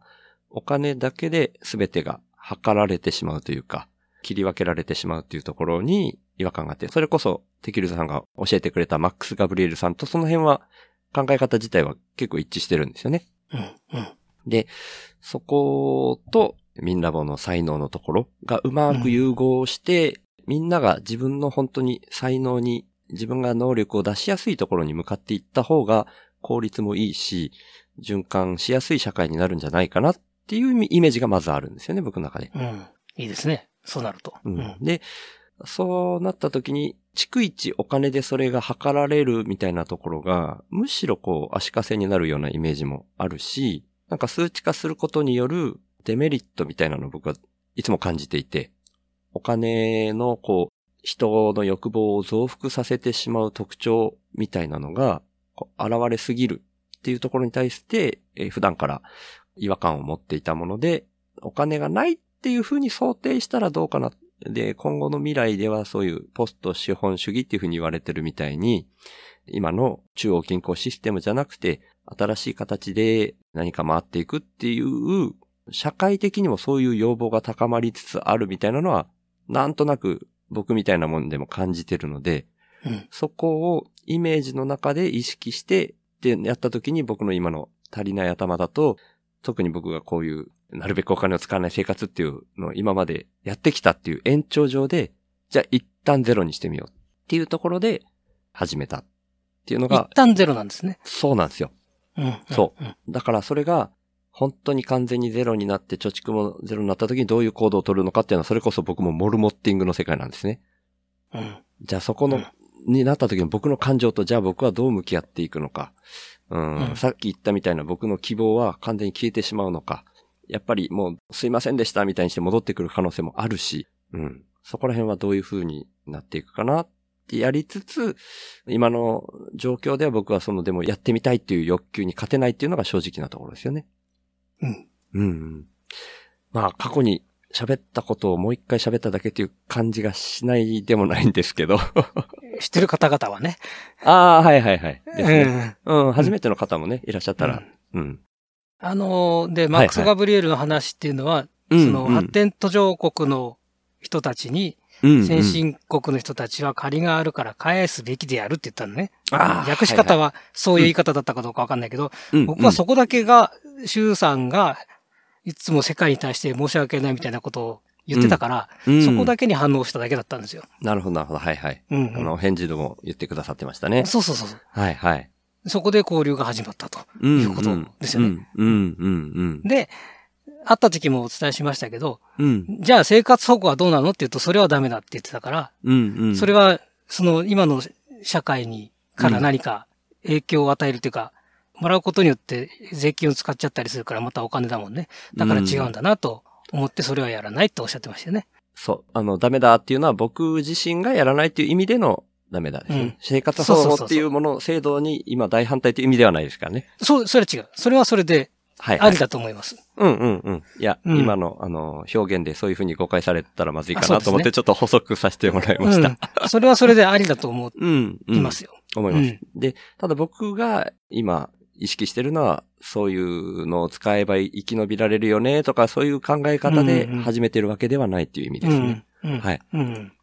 [SPEAKER 1] お金だけで全てが測られてしまうというか、切り分けられてしまうというところに違和感があって、それこそテキルさんが教えてくれたマックス・ガブリエルさんとその辺は考え方自体は結構一致してるんですよね。
[SPEAKER 2] うん。うん。
[SPEAKER 1] で、そこと、ミンラボの才能のところがうまく融合して、みんなが自分の本当に才能に、自分が能力を出しやすいところに向かっていった方が、効率もいいし、循環しやすい社会になるんじゃないかなっていうイメイメージがまずあるんですよね、僕の中で。
[SPEAKER 2] うん。いいですね。そうなると。
[SPEAKER 1] う
[SPEAKER 2] うんん。
[SPEAKER 1] で、そうなった時に、逐一お金でそれが測られるみたいなところが、むしろこう足かせになるようなイメージもあるし、なんか数値化することによるデメリットみたいなのを僕はいつも感じていて、お金のこう、人の欲望を増幅させてしまう特徴みたいなのが、こう現れすぎるっていうところに対して、えー普段から違和感を持っていたもので、お金がないっていうふうに想定したらどうかな。で、今後の未来ではそういうポスト資本主義っていうふうに言われてるみたいに、今の中央銀行システムじゃなくて、新しい形で何か回っていくっていう、社会的にもそういう要望が高まりつつあるみたいなのは、なんとなく僕みたいなもんでも感じてるので、
[SPEAKER 2] うん。
[SPEAKER 1] そこをイメージの中で意識して、ってやった時に僕の今の足りない頭だと、特に僕がこういう、なるべくお金を使わない生活っていうのを今までやってきたっていう延長上で、じゃあ一旦ゼロにしてみようっていうところで始めたっていうの
[SPEAKER 2] 一
[SPEAKER 1] が、
[SPEAKER 2] 旦ゼロなんですね。
[SPEAKER 1] そうなんですよ。
[SPEAKER 2] うん。
[SPEAKER 1] そ
[SPEAKER 2] うん。
[SPEAKER 1] だからそれが、本当に完全にゼロになって、貯蓄もゼロになった時にどういう行動を取るのかっていうのは、それこそ僕もモルモッティングの世界なんですね。
[SPEAKER 2] うん。
[SPEAKER 1] じゃあそこの、
[SPEAKER 2] うん
[SPEAKER 1] になった時の僕の感情と、じゃあ僕はどう向き合っていくのか。うん、
[SPEAKER 2] うん
[SPEAKER 1] さっき言ったみたいな僕の希望は完全に消えてしまうのか。やっぱりもうすいませんでしたみたいにして戻ってくる可能性もあるし、うん。そこら辺はどういう風になっていくかなってやりつつ、今の状況では僕はそのでもやってみたいっていう欲求に勝てないっていうのが正直なところですよね。
[SPEAKER 2] うん。
[SPEAKER 1] うんうん。まあ過去に喋ったことをもう一回喋っただけっていう感じがしないでもないんですけ
[SPEAKER 2] [LAUGHS]
[SPEAKER 1] ど。
[SPEAKER 2] 知ってる方々はね。
[SPEAKER 1] ああ、はいはいはい。 [LAUGHS] ですね。
[SPEAKER 2] うん。
[SPEAKER 1] うん、初めての方もね、いらっしゃったら。うん。
[SPEAKER 2] あのーで、マックス・
[SPEAKER 1] はいは
[SPEAKER 2] ガブリエルの話っていうのは、
[SPEAKER 1] うん
[SPEAKER 2] その
[SPEAKER 1] うん
[SPEAKER 2] 発展途上国の人たちに、
[SPEAKER 1] うん
[SPEAKER 2] 先。進国の人たちは借りがあるから返すべきでやるって言ったのね。
[SPEAKER 1] ああ
[SPEAKER 2] 訳し方
[SPEAKER 1] は
[SPEAKER 2] はそういう言い方だったかどうかわかんないけど、
[SPEAKER 1] いい、
[SPEAKER 2] 僕は
[SPEAKER 1] そ
[SPEAKER 2] そこだけが、周さんがいつも世界に対して申し訳ないみたいなことを言ってたから、そこだ
[SPEAKER 1] け。
[SPEAKER 2] けに反応しただけだったんですよ。
[SPEAKER 1] なるほど、なるほど。はいはい。
[SPEAKER 2] うん
[SPEAKER 1] あ
[SPEAKER 2] うん
[SPEAKER 1] の、返事でも言ってくださってましたね。
[SPEAKER 2] そうそうそう。
[SPEAKER 1] はいはい。
[SPEAKER 2] そこで交流が始まったと。
[SPEAKER 1] い
[SPEAKER 2] いうことですよね。
[SPEAKER 1] うん、うん、うん、
[SPEAKER 2] で、会った時もお伝えしましたけど、
[SPEAKER 1] うん。うん、
[SPEAKER 2] じゃあ生活保護はどうなのって言うと、それはダメだって言ってたから、
[SPEAKER 1] うん、うん。
[SPEAKER 2] それ
[SPEAKER 1] は、
[SPEAKER 2] は、その今の社会に、から何か影響を与えるというか、もらうことによって税金を使っちゃったりするからまたお金だもんね。だから違うんだなと思ってそれはやらないっておっしゃってましたよね。
[SPEAKER 1] そう、あの、ダメだっていうのは僕自身がやらないっていう意味でのダメだですよね。
[SPEAKER 2] うん
[SPEAKER 1] 生活保
[SPEAKER 2] そうそうそう
[SPEAKER 1] 護
[SPEAKER 2] そう
[SPEAKER 1] っていうもの、制度に今大反対という意味ではないですからね。
[SPEAKER 2] そう、それは違う。それはそれで
[SPEAKER 1] はい、はい。
[SPEAKER 2] ありだと思い
[SPEAKER 1] [LAUGHS]
[SPEAKER 2] ます。
[SPEAKER 1] うんうんうん。いや、
[SPEAKER 2] うん
[SPEAKER 1] 今の、あの、表現でそういうふうに誤解されたらまずいか
[SPEAKER 2] あそう
[SPEAKER 1] な
[SPEAKER 2] です
[SPEAKER 1] と
[SPEAKER 2] ね
[SPEAKER 1] 思って、ちょっと補足させてもらいました。
[SPEAKER 2] うん。それはそれでありだと思
[SPEAKER 1] うん、うん。
[SPEAKER 2] いますよ。
[SPEAKER 1] 思います、
[SPEAKER 2] うん
[SPEAKER 1] で、ただ僕が今意識してるのは、そういうのを使えば生き延びられるよねとか、そういう考え方で
[SPEAKER 2] うんうん
[SPEAKER 1] 始めてるわけではないっていう意味
[SPEAKER 2] う
[SPEAKER 1] ですね。
[SPEAKER 2] ん。うん
[SPEAKER 1] はい。
[SPEAKER 2] うん。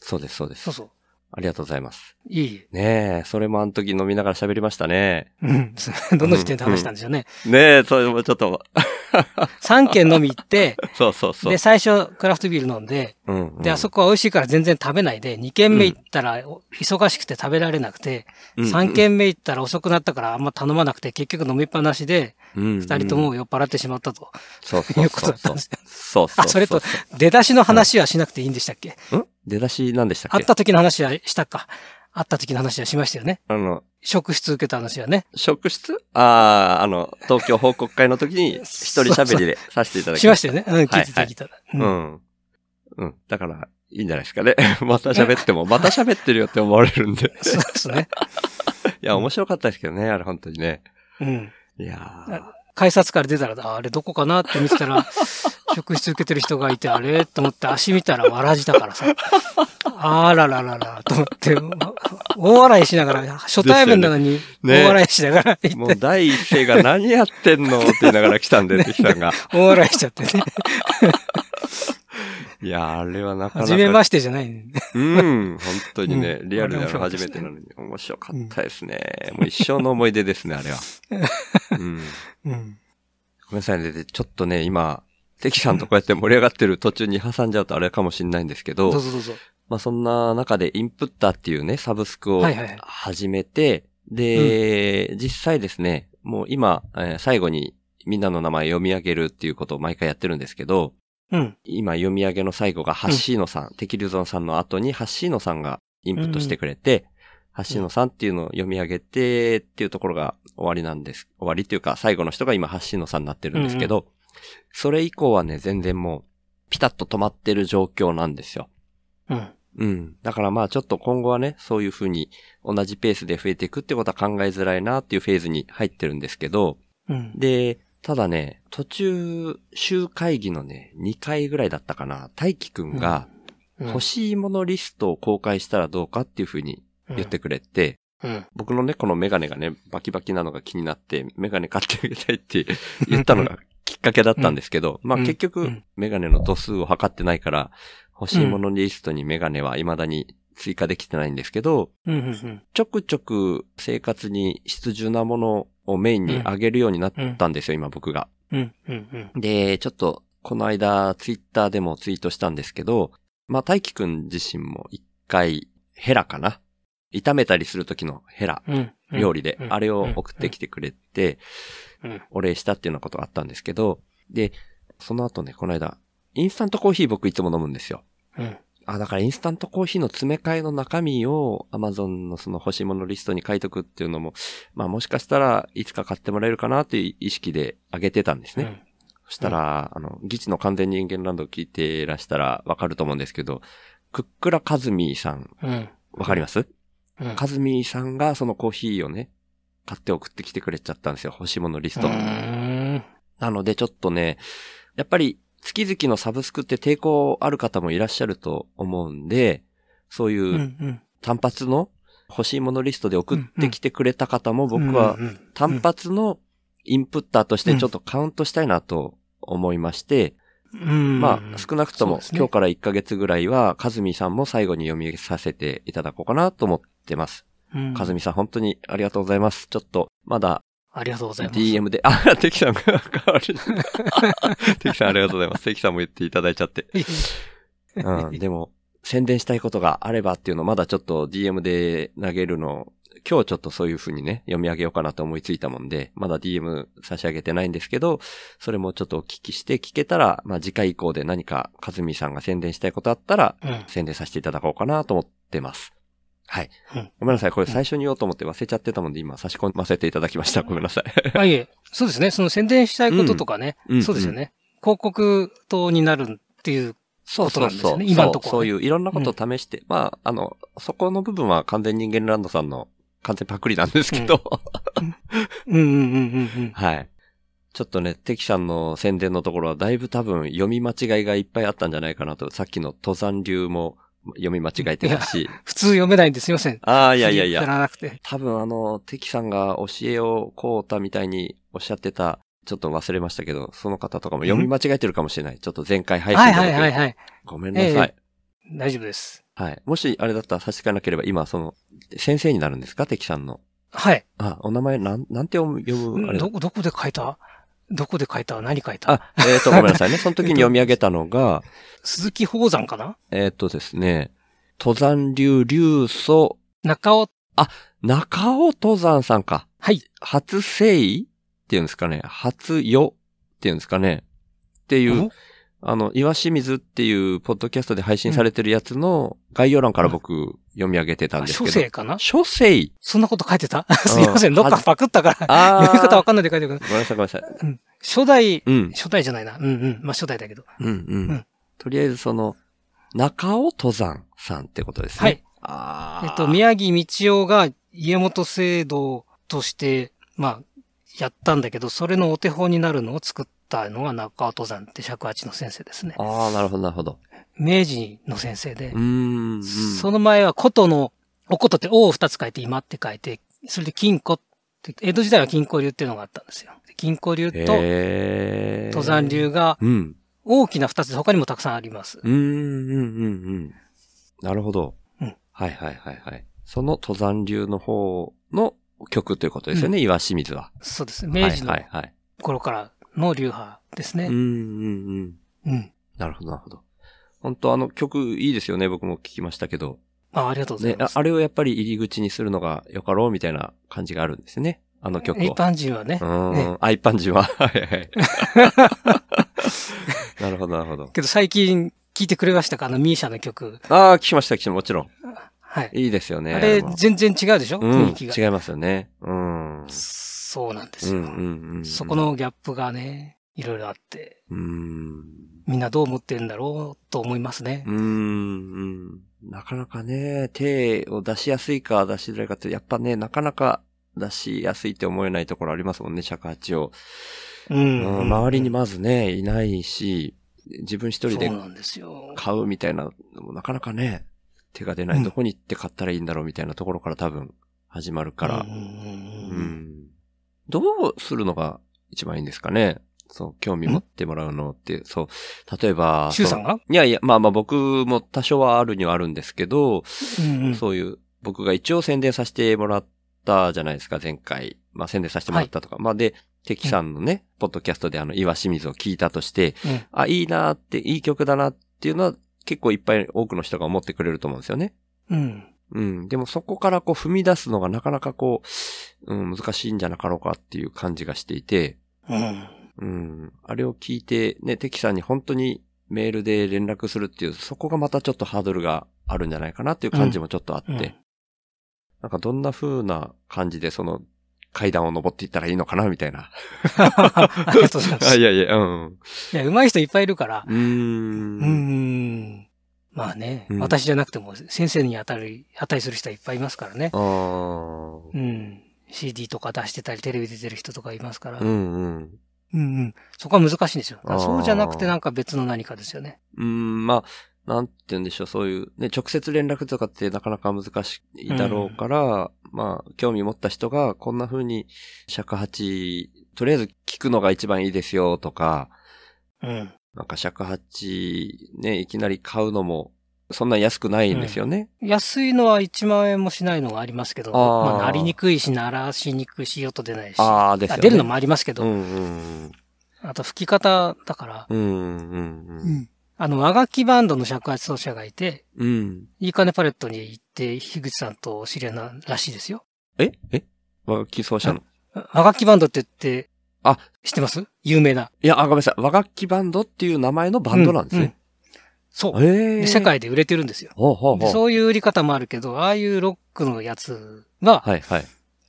[SPEAKER 1] そうです、そうです
[SPEAKER 2] そう。そう。
[SPEAKER 1] ありがとうございます。
[SPEAKER 2] いい。
[SPEAKER 1] ねえ、それもあの時飲みながら喋りましたね。
[SPEAKER 2] うん。 [LAUGHS] どの時点で話したんでしょうね。
[SPEAKER 1] ねえ、それもちょっと、
[SPEAKER 2] 3軒飲み行って、
[SPEAKER 1] そうそう [LAUGHS] そう
[SPEAKER 2] で、。最初クラフトビール飲んで、
[SPEAKER 1] うん、うん
[SPEAKER 2] で、あそこは美味しいから全然食べないで、2軒目行ったらお忙しくて食べられなくて、
[SPEAKER 1] うんうん
[SPEAKER 2] 3軒目行ったら遅くなったからあんま頼まなくて、結局飲みっぱなしで、
[SPEAKER 1] 二
[SPEAKER 2] 2人と、も酔っ払ってしまったと
[SPEAKER 1] そうそ
[SPEAKER 2] いううこと
[SPEAKER 1] そうそ
[SPEAKER 2] だったん
[SPEAKER 1] う
[SPEAKER 2] で。すよ。
[SPEAKER 1] そうそうそう。
[SPEAKER 2] あ、それと、出だしの話はしなくていいんでしたっけ
[SPEAKER 1] ん出だし何でしたっ
[SPEAKER 2] 会
[SPEAKER 1] け
[SPEAKER 2] った時の話はしたか。会った時の話はしましたよね。
[SPEAKER 1] あの、
[SPEAKER 2] 職質受けた話はね。
[SPEAKER 1] 職質ああ、あの、東京報告会の時
[SPEAKER 2] [LAUGHS]
[SPEAKER 1] に一人喋りでさせていただき
[SPEAKER 2] しましたよね。うん、
[SPEAKER 1] は
[SPEAKER 2] 聞
[SPEAKER 1] い
[SPEAKER 2] いてた、聞いてた。う
[SPEAKER 1] うんん。うん。だから、いいんじゃないですかね。 [LAUGHS] また喋っても、また喋ってるよって思われるんで。
[SPEAKER 2] そうですね。
[SPEAKER 1] いや、面白かったですけどね、あれ本当にね。
[SPEAKER 2] うん。
[SPEAKER 1] いやー
[SPEAKER 2] 改札から出たら、ああれどこかなって見てた [LAUGHS] ら、職質受けてる人がいて、あれと思って足見たらわらじだからさ。あらららら、と思って、わ大笑いしながら、初対面なのに、
[SPEAKER 1] ねね
[SPEAKER 2] 大笑いしながら行
[SPEAKER 1] も
[SPEAKER 2] って、
[SPEAKER 1] う第一声が何やってんのって言いながら来たん
[SPEAKER 2] [LAUGHS]
[SPEAKER 1] で、関さんが。
[SPEAKER 2] 大笑いしちゃって
[SPEAKER 1] [LAUGHS]
[SPEAKER 2] ね。
[SPEAKER 1] いやーあれはなかなか。
[SPEAKER 2] 初めましてじゃない、ね。
[SPEAKER 1] うん、本当にね、
[SPEAKER 2] うん
[SPEAKER 1] リアルで
[SPEAKER 2] あれ面白かった
[SPEAKER 1] 初
[SPEAKER 2] です
[SPEAKER 1] め
[SPEAKER 2] ね
[SPEAKER 1] てなのに面白かったですね。もう一生の思い出ですね、あ
[SPEAKER 2] [LAUGHS]
[SPEAKER 1] れは。うん
[SPEAKER 2] うん。
[SPEAKER 1] ごめんなさいね。で、ちょっとね、今、関さんとこうやって盛り上がってる途中に挟んじゃうとあれかもしれないんですけ
[SPEAKER 2] どう
[SPEAKER 1] ど、
[SPEAKER 2] ぞどうぞ。
[SPEAKER 1] まあそんな中でインプッターっていうね、サブスクを
[SPEAKER 2] はいはいはい
[SPEAKER 1] 始めて、で、実際ですね、もう今、えー最後にみんなの名前読み上げるっていうことを毎回やってるんですけど、
[SPEAKER 2] うん。
[SPEAKER 1] 今読み上げの最後がハッシーノさん、敵龍山さんの後にハッシーノさんがインプットしてくれて、ハッシーノさんっていうのを読み上げてっていうところが終わりなんです。終わりっていうか最後の人が今ハッシーノさんになってるんですけど、それ以降はね、全然もうピタッと止まってる状況なんですよ。
[SPEAKER 2] うん。
[SPEAKER 1] うん。だからまあちょっと今後はね、そういうふうに同じペースで増えていくってことは考えづらいなっていうフェーズに入ってるんですけど、
[SPEAKER 2] うん。
[SPEAKER 1] で、ただね、途中、州会議のね、2回ぐらいだったかな、大輝くんが、
[SPEAKER 2] うん
[SPEAKER 1] 欲しいものリストを公開したらどうかっていうふうに言ってくれて、
[SPEAKER 2] うん。
[SPEAKER 1] 僕のね、このメガネがね、バキバキなのが気になって、メガネ買ってあげたいって [LAUGHS] 言ったのがきっかけだったんですけど、まあ
[SPEAKER 2] うん
[SPEAKER 1] 結
[SPEAKER 2] う
[SPEAKER 1] 局
[SPEAKER 2] ん、
[SPEAKER 1] メガネの度数を測ってないから、欲しいものリストにメガネは未だに追加できてないんですけど、
[SPEAKER 2] うんうんうん。
[SPEAKER 1] ちょくちょく生活に必需なものをメインにあげるようになったんですよ、今僕が。
[SPEAKER 2] うんうんうん。
[SPEAKER 1] で、ちょっと、この間、ツイッターでもツイートしたんですけど、まあ、大輝くん自身も一回、ヘラかな炒めたりする時のヘラ、
[SPEAKER 2] うんうん。
[SPEAKER 1] 料理で
[SPEAKER 2] う、ん
[SPEAKER 1] あれを送ってきてくれて
[SPEAKER 2] うん、
[SPEAKER 1] お礼したっていうようなことがあったんですけど、で、その後ね、この間、インスタントコーヒー僕いつも飲むんですよ。
[SPEAKER 2] うん。
[SPEAKER 1] あ、だからインスタントコーヒーの詰め替えの中身を Amazon のその欲しいものリストに書いとくっていうのも、まあもしかしたらいつか買ってもらえるかなっていう意識で上げてたんですね。
[SPEAKER 2] うん
[SPEAKER 1] そしたら、あの、ギチの完全人間ランドを聞いてらしたらわかると思うんですけど、クックラカズミーさん、
[SPEAKER 2] うん。
[SPEAKER 1] わかります、
[SPEAKER 2] うん。
[SPEAKER 1] カズミーさんがそのコーヒーをね、買って送ってきてくれちゃったんですよ。欲しいものリスト。
[SPEAKER 2] うーん。
[SPEAKER 1] なのでちょっとね、やっぱり月々のサブスクって抵抗ある方もいらっしゃると思うんで、そういううん単発の欲しいものリストで送ってきてくれた方も
[SPEAKER 2] うん
[SPEAKER 1] 僕は
[SPEAKER 2] うんうん
[SPEAKER 1] 単発のインプッターとしてちょっとカウントしたいなと思いまして、
[SPEAKER 2] うん
[SPEAKER 1] まあ少なくと
[SPEAKER 2] そう
[SPEAKER 1] も
[SPEAKER 2] ですね
[SPEAKER 1] 今日から1ヶ月ぐらいはカズミさんも最後に読み上げさせていただこうかなと思ってます。
[SPEAKER 2] うん
[SPEAKER 1] カズミさん本当にありがとうございます。ちょっとまだ
[SPEAKER 2] ありがとうございます。
[SPEAKER 1] DM で、あ、テキさんが代わりに。 [LAUGHS] テキさんありがとうございます。テキさんも言っていただいちゃって。うん、でも、宣伝したいことがあればっていうのをまだちょっと DM で投げるの、今日ちょっとそういう風にね、読み上げようかなと思いついたもんで、まだ DM 差し上げてないんですけど、それもちょっとお聞きして聞けたら、まあ次回以降で何か、かずみさんが宣伝したいことあったら、
[SPEAKER 2] うん
[SPEAKER 1] 宣伝させていただこうかなと思ってます。はい
[SPEAKER 2] うん。
[SPEAKER 1] ごめんなさい。これ最初に言おうと思って忘れちゃってたもんで、今差し込ませていただきました。ごめんなさい。
[SPEAKER 2] あ、いえ、そうですね。その宣伝したいこととかね。
[SPEAKER 1] うん
[SPEAKER 2] そうですよね。広告塔になるっていう。
[SPEAKER 1] そうそう
[SPEAKER 2] こと
[SPEAKER 1] そ
[SPEAKER 2] な
[SPEAKER 1] う。
[SPEAKER 2] んですね今のところね
[SPEAKER 1] そうそういういろんなことを試して、まあ、あの、そこの部分は完全人間ランドさんの完全パクリなんですけど、
[SPEAKER 2] うんうんうんうんうん。
[SPEAKER 1] [LAUGHS] はい。ちょっとね、テキさんの宣伝のところはだいぶ多分読み間違いがいっぱいあったんじゃないかなと、さっきの登山流も読み間違えてたし、
[SPEAKER 2] 普通読めないんですいません。
[SPEAKER 1] ああ、いやいやいや
[SPEAKER 2] 知。らなくて。
[SPEAKER 1] 多分あの、テキさんが教えをこうたみたいにおっしゃってた、ちょっと忘れましたけど、その方とかも読み間違えてるかもしれない。ちょっと前回配
[SPEAKER 2] はい
[SPEAKER 1] 信の時
[SPEAKER 2] はいはいはい。
[SPEAKER 1] ごめんなさい。
[SPEAKER 2] ええ大丈夫です。
[SPEAKER 1] はい。もし、あれだったら差し支えなければ、今、その、先生になるんですか敵さんの。
[SPEAKER 2] はい。
[SPEAKER 1] あ、お名前、なん、なんて読む、読む、あれだ
[SPEAKER 2] ど、どこで書いたどこで書いた何書いた
[SPEAKER 1] あ、えっ、と、ごめんなさいね。その時に読み上げたの
[SPEAKER 2] [LAUGHS]
[SPEAKER 1] が、
[SPEAKER 2] 鈴木宝山かな
[SPEAKER 1] えっ、とですね、登山流流祖、
[SPEAKER 2] 中尾、
[SPEAKER 1] 中尾登山さんか。
[SPEAKER 2] はい。
[SPEAKER 1] 初生っていうんですかね。初よっていうんですかね。っていう、
[SPEAKER 2] お
[SPEAKER 1] あの、岩清水っていう、ポッドキャストで配信されてるやつの概要欄から僕、読み上げてたん
[SPEAKER 2] あ
[SPEAKER 1] ですけ
[SPEAKER 2] 書
[SPEAKER 1] ど。
[SPEAKER 2] 生かな
[SPEAKER 1] 書生
[SPEAKER 2] そんなこと書いてた [LAUGHS] すいません。どっかパクったから。
[SPEAKER 1] あー
[SPEAKER 2] 読み方わかんないで書いてくる。
[SPEAKER 1] ごめんなさい、ごめんなさい。
[SPEAKER 2] 初代、
[SPEAKER 1] うん。
[SPEAKER 2] 初代じゃないな。うんうん。まあ初代だけど。
[SPEAKER 1] うんう
[SPEAKER 2] うんん。
[SPEAKER 1] とりあえずその、中尾登山さんってことですね。
[SPEAKER 2] はい。
[SPEAKER 1] あ
[SPEAKER 2] え
[SPEAKER 1] ー
[SPEAKER 2] っと、宮城道夫が家元制度として、まあ、やったんだけど、それのお手本になるのを作ったのが中尾登山って尺八の先生ですね。
[SPEAKER 1] ああ、なるほど、なるほど。
[SPEAKER 2] 明治の先生で
[SPEAKER 1] う、ーん。
[SPEAKER 2] その前は琴の、お琴って王を二つ書いて今って書いて、それで金庫って、江戸時代は金庫流っていうのがあったんですよ。金庫流と
[SPEAKER 1] へー
[SPEAKER 2] 登山。流が
[SPEAKER 1] うん。
[SPEAKER 2] 大きな二つで他にもたくさんあります。
[SPEAKER 1] うん、うん、うん、うん。なるほど。
[SPEAKER 2] うん
[SPEAKER 1] はいはいはいはい。その登山流の方の曲ということですよね、岩清水は。
[SPEAKER 2] そうです。明治の
[SPEAKER 1] はいはいはい。
[SPEAKER 2] 頃からの流派ですね
[SPEAKER 1] うん、う。ん、うん。
[SPEAKER 2] うん。
[SPEAKER 1] なるほど、なるほど。本当あの曲いいですよね、僕も聞きましたけど。
[SPEAKER 2] まあ、ありがとうござい
[SPEAKER 1] ね、
[SPEAKER 2] ま
[SPEAKER 1] あ
[SPEAKER 2] す。
[SPEAKER 1] あれをやっぱり入り口にするのがよかろうみたいな感じがあるんですね。あの曲を。
[SPEAKER 2] 一般人はね
[SPEAKER 1] う、ーん、
[SPEAKER 2] ね
[SPEAKER 1] アイパンジは。 [LAUGHS] はい
[SPEAKER 2] [LAUGHS]
[SPEAKER 1] はい。なるほど、なるほど。
[SPEAKER 2] けど最近聞いてくれましたかあのミーシャの曲。
[SPEAKER 1] ああ、聞きました、聞きました。もちろん。
[SPEAKER 2] はい。
[SPEAKER 1] いいですよね。
[SPEAKER 2] あれ
[SPEAKER 1] も、
[SPEAKER 2] 全然違うでしょ、
[SPEAKER 1] うん、
[SPEAKER 2] 雰囲気が。
[SPEAKER 1] 違いますよね。うん。うん、
[SPEAKER 2] そうなんで
[SPEAKER 1] う
[SPEAKER 2] すよ、
[SPEAKER 1] ん、うんうん。
[SPEAKER 2] そこ、のギャップがね、いろいろあって、
[SPEAKER 1] うーん。
[SPEAKER 2] みんなどう思ってるんだろうと思いますね
[SPEAKER 1] う。ーん、うん。なかなかね、手を出しやすいか出しづらいかって、やっぱね、なかなか出しやすいって思えないところありますもんね、尺八を。
[SPEAKER 2] うん。
[SPEAKER 1] うん周りにまずね、いないし、自分一人で
[SPEAKER 2] そうなんですよ。
[SPEAKER 1] 買うみたいなのもなかなかね、手が出ない、
[SPEAKER 2] うん
[SPEAKER 1] どこに行って買ったらいいんだろうみたいなところから多分始まるから
[SPEAKER 2] うんう、ん
[SPEAKER 1] う
[SPEAKER 2] うんうん
[SPEAKER 1] んどうするのが一番いいんですかねそう、興味持ってもらうのって、そう、例えば、
[SPEAKER 2] シュウさ
[SPEAKER 1] そ
[SPEAKER 2] ん
[SPEAKER 1] の
[SPEAKER 2] が
[SPEAKER 1] いやいや、まあまあ僕も多少はあるにはあるんですけど、
[SPEAKER 2] うんうん。
[SPEAKER 1] そういう、僕が一応宣伝させてもらったじゃないですか、前回。まあ宣伝させてもらったとか。まあで、テキさんのね、ポッドキャストであの、岩清水を聞いたとして、
[SPEAKER 2] うん
[SPEAKER 1] あ、いいなーって、いい曲だなっていうのは、結構いっぱい多くの人が思ってくれると思うんですよね。
[SPEAKER 2] うん。
[SPEAKER 1] うん。でもそこからこう踏み出すのがなかなかこう、うん、難しいんじゃなかろうかっていう感じがしていて、
[SPEAKER 2] うん。
[SPEAKER 1] うん。あれを聞いて、ね、テキさんに本当にメールで連絡するっていう、そこがまたちょっとハードルがあるんじゃないかなっていう感じもちょっとあって、
[SPEAKER 2] うん。
[SPEAKER 1] なんかどんな風な感じでその階段を登っていったらいいのかなみたいな。
[SPEAKER 2] [LAUGHS] ありがとうございま
[SPEAKER 1] [LAUGHS] あ
[SPEAKER 2] す。
[SPEAKER 1] いやいや、うん。う
[SPEAKER 2] いや、上手い人いっぱいいるから、
[SPEAKER 1] ーん
[SPEAKER 2] うーん。まあね、
[SPEAKER 1] うん
[SPEAKER 2] 私じゃなくても先生に当たり、値する人はいっぱいいますからね。
[SPEAKER 1] あー
[SPEAKER 2] うん。CD とか出してたり、テレビ出てる人とかいますから。
[SPEAKER 1] う
[SPEAKER 2] うん、
[SPEAKER 1] んうん。
[SPEAKER 2] うん、そこは難しいんですよ。だから
[SPEAKER 1] あー
[SPEAKER 2] そうじゃなくてなんか別の何かですよね。
[SPEAKER 1] うん、まあ、なんて言うんでしょう、そういう、ね、直接連絡とかってなかなか難しいだろうから、まあ、興味持った人が、こんな風に、尺八、とりあえず聞くのが一番いいですよ、とか、
[SPEAKER 2] うん。
[SPEAKER 1] なんか尺八、ね、いきなり買うのも、そんな安くないんですよね。
[SPEAKER 2] 安いのは1万円もしないのがありますけど、
[SPEAKER 1] あー
[SPEAKER 2] まあ、なりにくいし、ならしにくいし、音出ないし。
[SPEAKER 1] ああ、ですよ
[SPEAKER 2] あ
[SPEAKER 1] ね。
[SPEAKER 2] 出るのもありますけど、
[SPEAKER 1] うんうん
[SPEAKER 2] あと吹き方だから、
[SPEAKER 1] うん。うんうんうん。
[SPEAKER 2] あの、和楽器バンドの尺八奏者がいて、
[SPEAKER 1] うん。
[SPEAKER 2] いいかねパレットに行って、樋口さんとお知り合いならしいですよ。
[SPEAKER 1] ええ和楽器奏者の。
[SPEAKER 2] 和楽器バンドって言って、
[SPEAKER 1] あ
[SPEAKER 2] 知ってます有名な。
[SPEAKER 1] いや、あ、ごめんなさい。和楽器バンドっていう名前のバンドなんですね。
[SPEAKER 2] そう、
[SPEAKER 1] ええ
[SPEAKER 2] で世界で売れてるんですよ
[SPEAKER 1] ほうほう
[SPEAKER 2] で
[SPEAKER 1] ほう。
[SPEAKER 2] そういう売り方もあるけど、ああいうロックのやつは、
[SPEAKER 1] はいはい。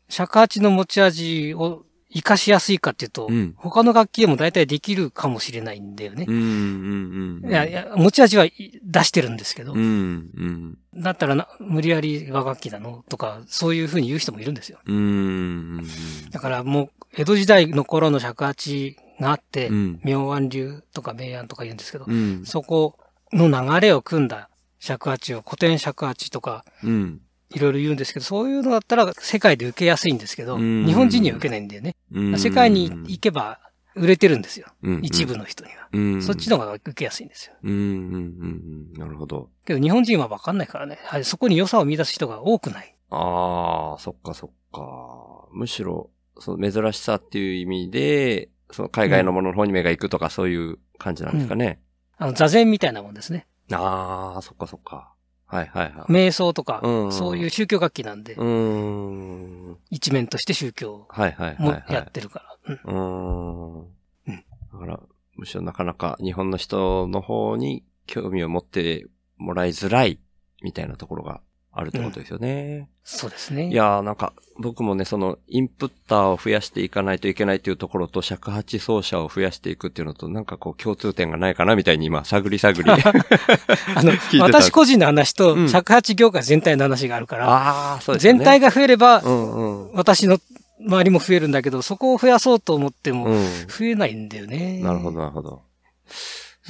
[SPEAKER 2] 尺八の持ち味を活かしやすいかっていうと、
[SPEAKER 1] うん
[SPEAKER 2] 他の楽器でも大体できるかもしれないんだよね。
[SPEAKER 1] うんうんうん。
[SPEAKER 2] いやい、や、持ち味はい出してるんですけど、
[SPEAKER 1] うんうん。
[SPEAKER 2] だったらな無理やり和楽器なのとか、そういうふうに言う人もいるんですよ。
[SPEAKER 1] うんうん
[SPEAKER 2] だからもう、江戸時代の頃の尺八があって、
[SPEAKER 1] うん
[SPEAKER 2] 明安流とか明暗とか言うんですけど、
[SPEAKER 1] うん。うん。
[SPEAKER 2] そこの流れを組んだ尺八を古典尺八とか
[SPEAKER 1] うん。
[SPEAKER 2] いろいろ言うんですけど、そういうのだったら世界で受けやすいんですけど、
[SPEAKER 1] うん
[SPEAKER 2] 日本人には受けないんだよね。
[SPEAKER 1] うん。
[SPEAKER 2] 世界に行けば売れてるんですよ。
[SPEAKER 1] うん
[SPEAKER 2] 一部。の人には。
[SPEAKER 1] うん。
[SPEAKER 2] そっち
[SPEAKER 1] の。
[SPEAKER 2] の方が受けやすいんですよ。
[SPEAKER 1] うんうんうんうん。なるほど。
[SPEAKER 2] けど日本人は分かんないからね。はいそこに良さを見出す人が多くない。
[SPEAKER 1] ああ、そっかそっか。むしろ、その珍しさっていう意味で、その海外のものの方に目が行くとかそういう感じなんですかね。
[SPEAKER 2] あの、座禅みたいなもんですね。
[SPEAKER 1] ああ、そっかそっか。はいはいはい。
[SPEAKER 2] 瞑想とか、
[SPEAKER 1] うん
[SPEAKER 2] そういう宗教楽器なんで、
[SPEAKER 1] うーん。
[SPEAKER 2] 一面として宗教
[SPEAKER 1] はいはいはい、
[SPEAKER 2] も
[SPEAKER 1] はい。
[SPEAKER 2] やってるから。うん
[SPEAKER 1] うーん。
[SPEAKER 2] う
[SPEAKER 1] だ
[SPEAKER 2] ん
[SPEAKER 1] から、むしろなかなか日本の人の方に興味を持ってもらいづらいみたいなところがあるってことですよね。
[SPEAKER 2] そうですね。
[SPEAKER 1] いやーなんか僕もね、そのインプッターを増やしていかないといけないというところと尺八奏者を増やしていくっていうのとなんかこう共通点がないかなみたいに今探り探り。
[SPEAKER 2] あの
[SPEAKER 1] 聞いて、た
[SPEAKER 2] 私個人の話
[SPEAKER 1] う
[SPEAKER 2] と、
[SPEAKER 1] ん
[SPEAKER 2] 尺八業界全体の話が [LAUGHS] あるから、
[SPEAKER 1] ああ、そうですね。
[SPEAKER 2] 全体が増えれば
[SPEAKER 1] う、んうん。
[SPEAKER 2] 私の周りも増えるんだけど、そこを増やそうと思っても、
[SPEAKER 1] うん。
[SPEAKER 2] 増えないんだよね。
[SPEAKER 1] なるほど、。なるほど。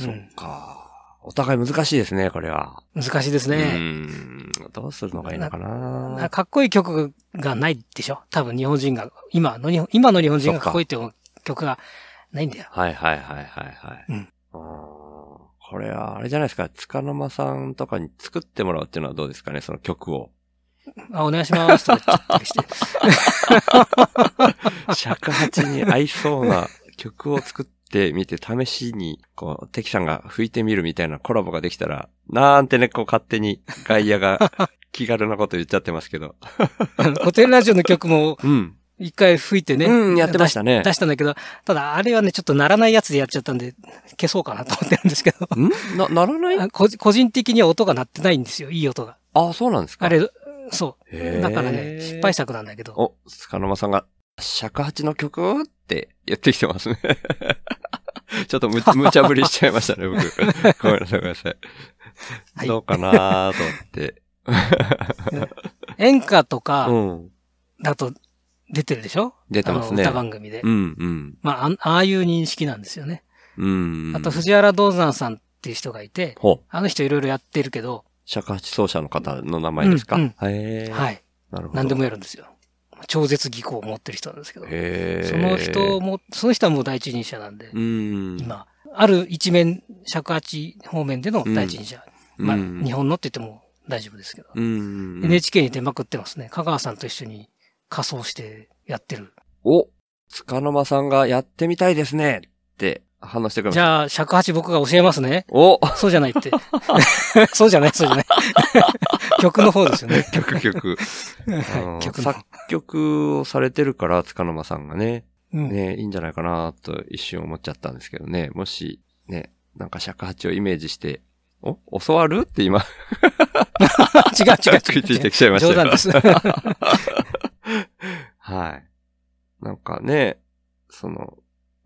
[SPEAKER 2] うん
[SPEAKER 1] そっか。お互い難しいですね、これは。
[SPEAKER 2] 難しいです
[SPEAKER 1] う
[SPEAKER 2] ね。
[SPEAKER 1] ん。どうするのがいいのか
[SPEAKER 2] なんか
[SPEAKER 1] な。
[SPEAKER 2] かっこいい曲がないでしょ多分日本人が、今の日本今の日本人がかっこいいって思う曲がないんだよ。
[SPEAKER 1] はいはいはいはいはい。
[SPEAKER 2] うん
[SPEAKER 1] あーこれは、あれじゃないですか、つかの間さんとかに作ってもらうっていうのはどうですかね、その曲を。
[SPEAKER 2] あ、お願いしますとか言って
[SPEAKER 1] [LAUGHS]
[SPEAKER 2] して。
[SPEAKER 1] 尺八に合いそうな曲を作ってみて、試しに、こう、テキさんが吹いてみるみたいなコラボができたら、なんてね、こう勝手に外野 [LAUGHS] が気軽なこと言っちゃってますけど。
[SPEAKER 2] あの古典ラジオの曲も
[SPEAKER 1] うん。
[SPEAKER 2] 一回吹いてね。
[SPEAKER 1] うん、やってましたね
[SPEAKER 2] 出し。出したんだけど、ただあれはね、ちょっとならないやつでやっちゃったんで、消そうかなと思ってるんですけど。
[SPEAKER 1] [LAUGHS] んな、ならない
[SPEAKER 2] あこじ個人的には音が鳴ってないんですよ、いい音が。
[SPEAKER 1] あ、そうなんですか
[SPEAKER 2] あれ、そ
[SPEAKER 1] へ
[SPEAKER 2] う。
[SPEAKER 1] ー
[SPEAKER 2] だからね、失敗作なんだけど。
[SPEAKER 1] お、塚の間さんが、尺八の曲って言ってきてますね。 [LAUGHS] ちょっとむ、無茶ぶりしちゃいましたね、僕。ごめんなさい、ごめんなさい。
[SPEAKER 2] [LAUGHS] はい
[SPEAKER 1] どうかなーと思って。
[SPEAKER 2] 演歌と
[SPEAKER 1] う
[SPEAKER 2] か
[SPEAKER 1] ん。
[SPEAKER 2] だと出てるでしょ
[SPEAKER 1] 出てますね
[SPEAKER 2] あの歌番組で。
[SPEAKER 1] うん、うん。
[SPEAKER 2] まああん、ああいう認識なんですよね。
[SPEAKER 1] うん。
[SPEAKER 2] あと、藤原道山さんっていう人がいて、
[SPEAKER 1] ほう、
[SPEAKER 2] あの人いろいろやってるけど、
[SPEAKER 1] 尺八奏者の方の名前ですか、
[SPEAKER 2] うん
[SPEAKER 1] へー。
[SPEAKER 2] はい。
[SPEAKER 1] なるほど。
[SPEAKER 2] 何でもやるんですよ。超絶技巧を持ってる人なんですけど、
[SPEAKER 1] へえ。
[SPEAKER 2] その人も、その人はもう第一人者なんで、
[SPEAKER 1] うん。
[SPEAKER 2] 今、ある一面、尺八方面での第一人者。
[SPEAKER 1] うん、
[SPEAKER 2] まあ、
[SPEAKER 1] うん
[SPEAKER 2] 日。本のって言っても大丈夫ですけど。
[SPEAKER 1] うん
[SPEAKER 2] NHK に出まくってますね。香川さんと一緒に仮装してやってる。
[SPEAKER 1] お、つかの間さんがやってみたいですねって話してくれまし
[SPEAKER 2] じ
[SPEAKER 1] た。
[SPEAKER 2] ゃあ、尺八僕が教えますね。
[SPEAKER 1] お、 [LAUGHS]
[SPEAKER 2] そうじゃないって。 [LAUGHS] そうじゃない、そうじゃない。 [LAUGHS] 曲の方ですよね。 [LAUGHS]
[SPEAKER 1] 曲曲。あ
[SPEAKER 2] は
[SPEAKER 1] の
[SPEAKER 2] い、曲の
[SPEAKER 1] 作
[SPEAKER 2] 方。
[SPEAKER 1] 曲をされてるから、つかの間さんがね、
[SPEAKER 2] うん
[SPEAKER 1] ね、いいんじゃないかなと一瞬思っちゃったんですけどね。もし、ね、なんか尺八をイメージして、お、教わるって今、
[SPEAKER 2] 違う違う
[SPEAKER 1] 食いつ
[SPEAKER 2] 違
[SPEAKER 1] いう
[SPEAKER 2] 違
[SPEAKER 1] て
[SPEAKER 2] う。
[SPEAKER 1] きちゃいました
[SPEAKER 2] 冗
[SPEAKER 1] よ。
[SPEAKER 2] 談です。 [LAUGHS]
[SPEAKER 1] はい。なんかね、その、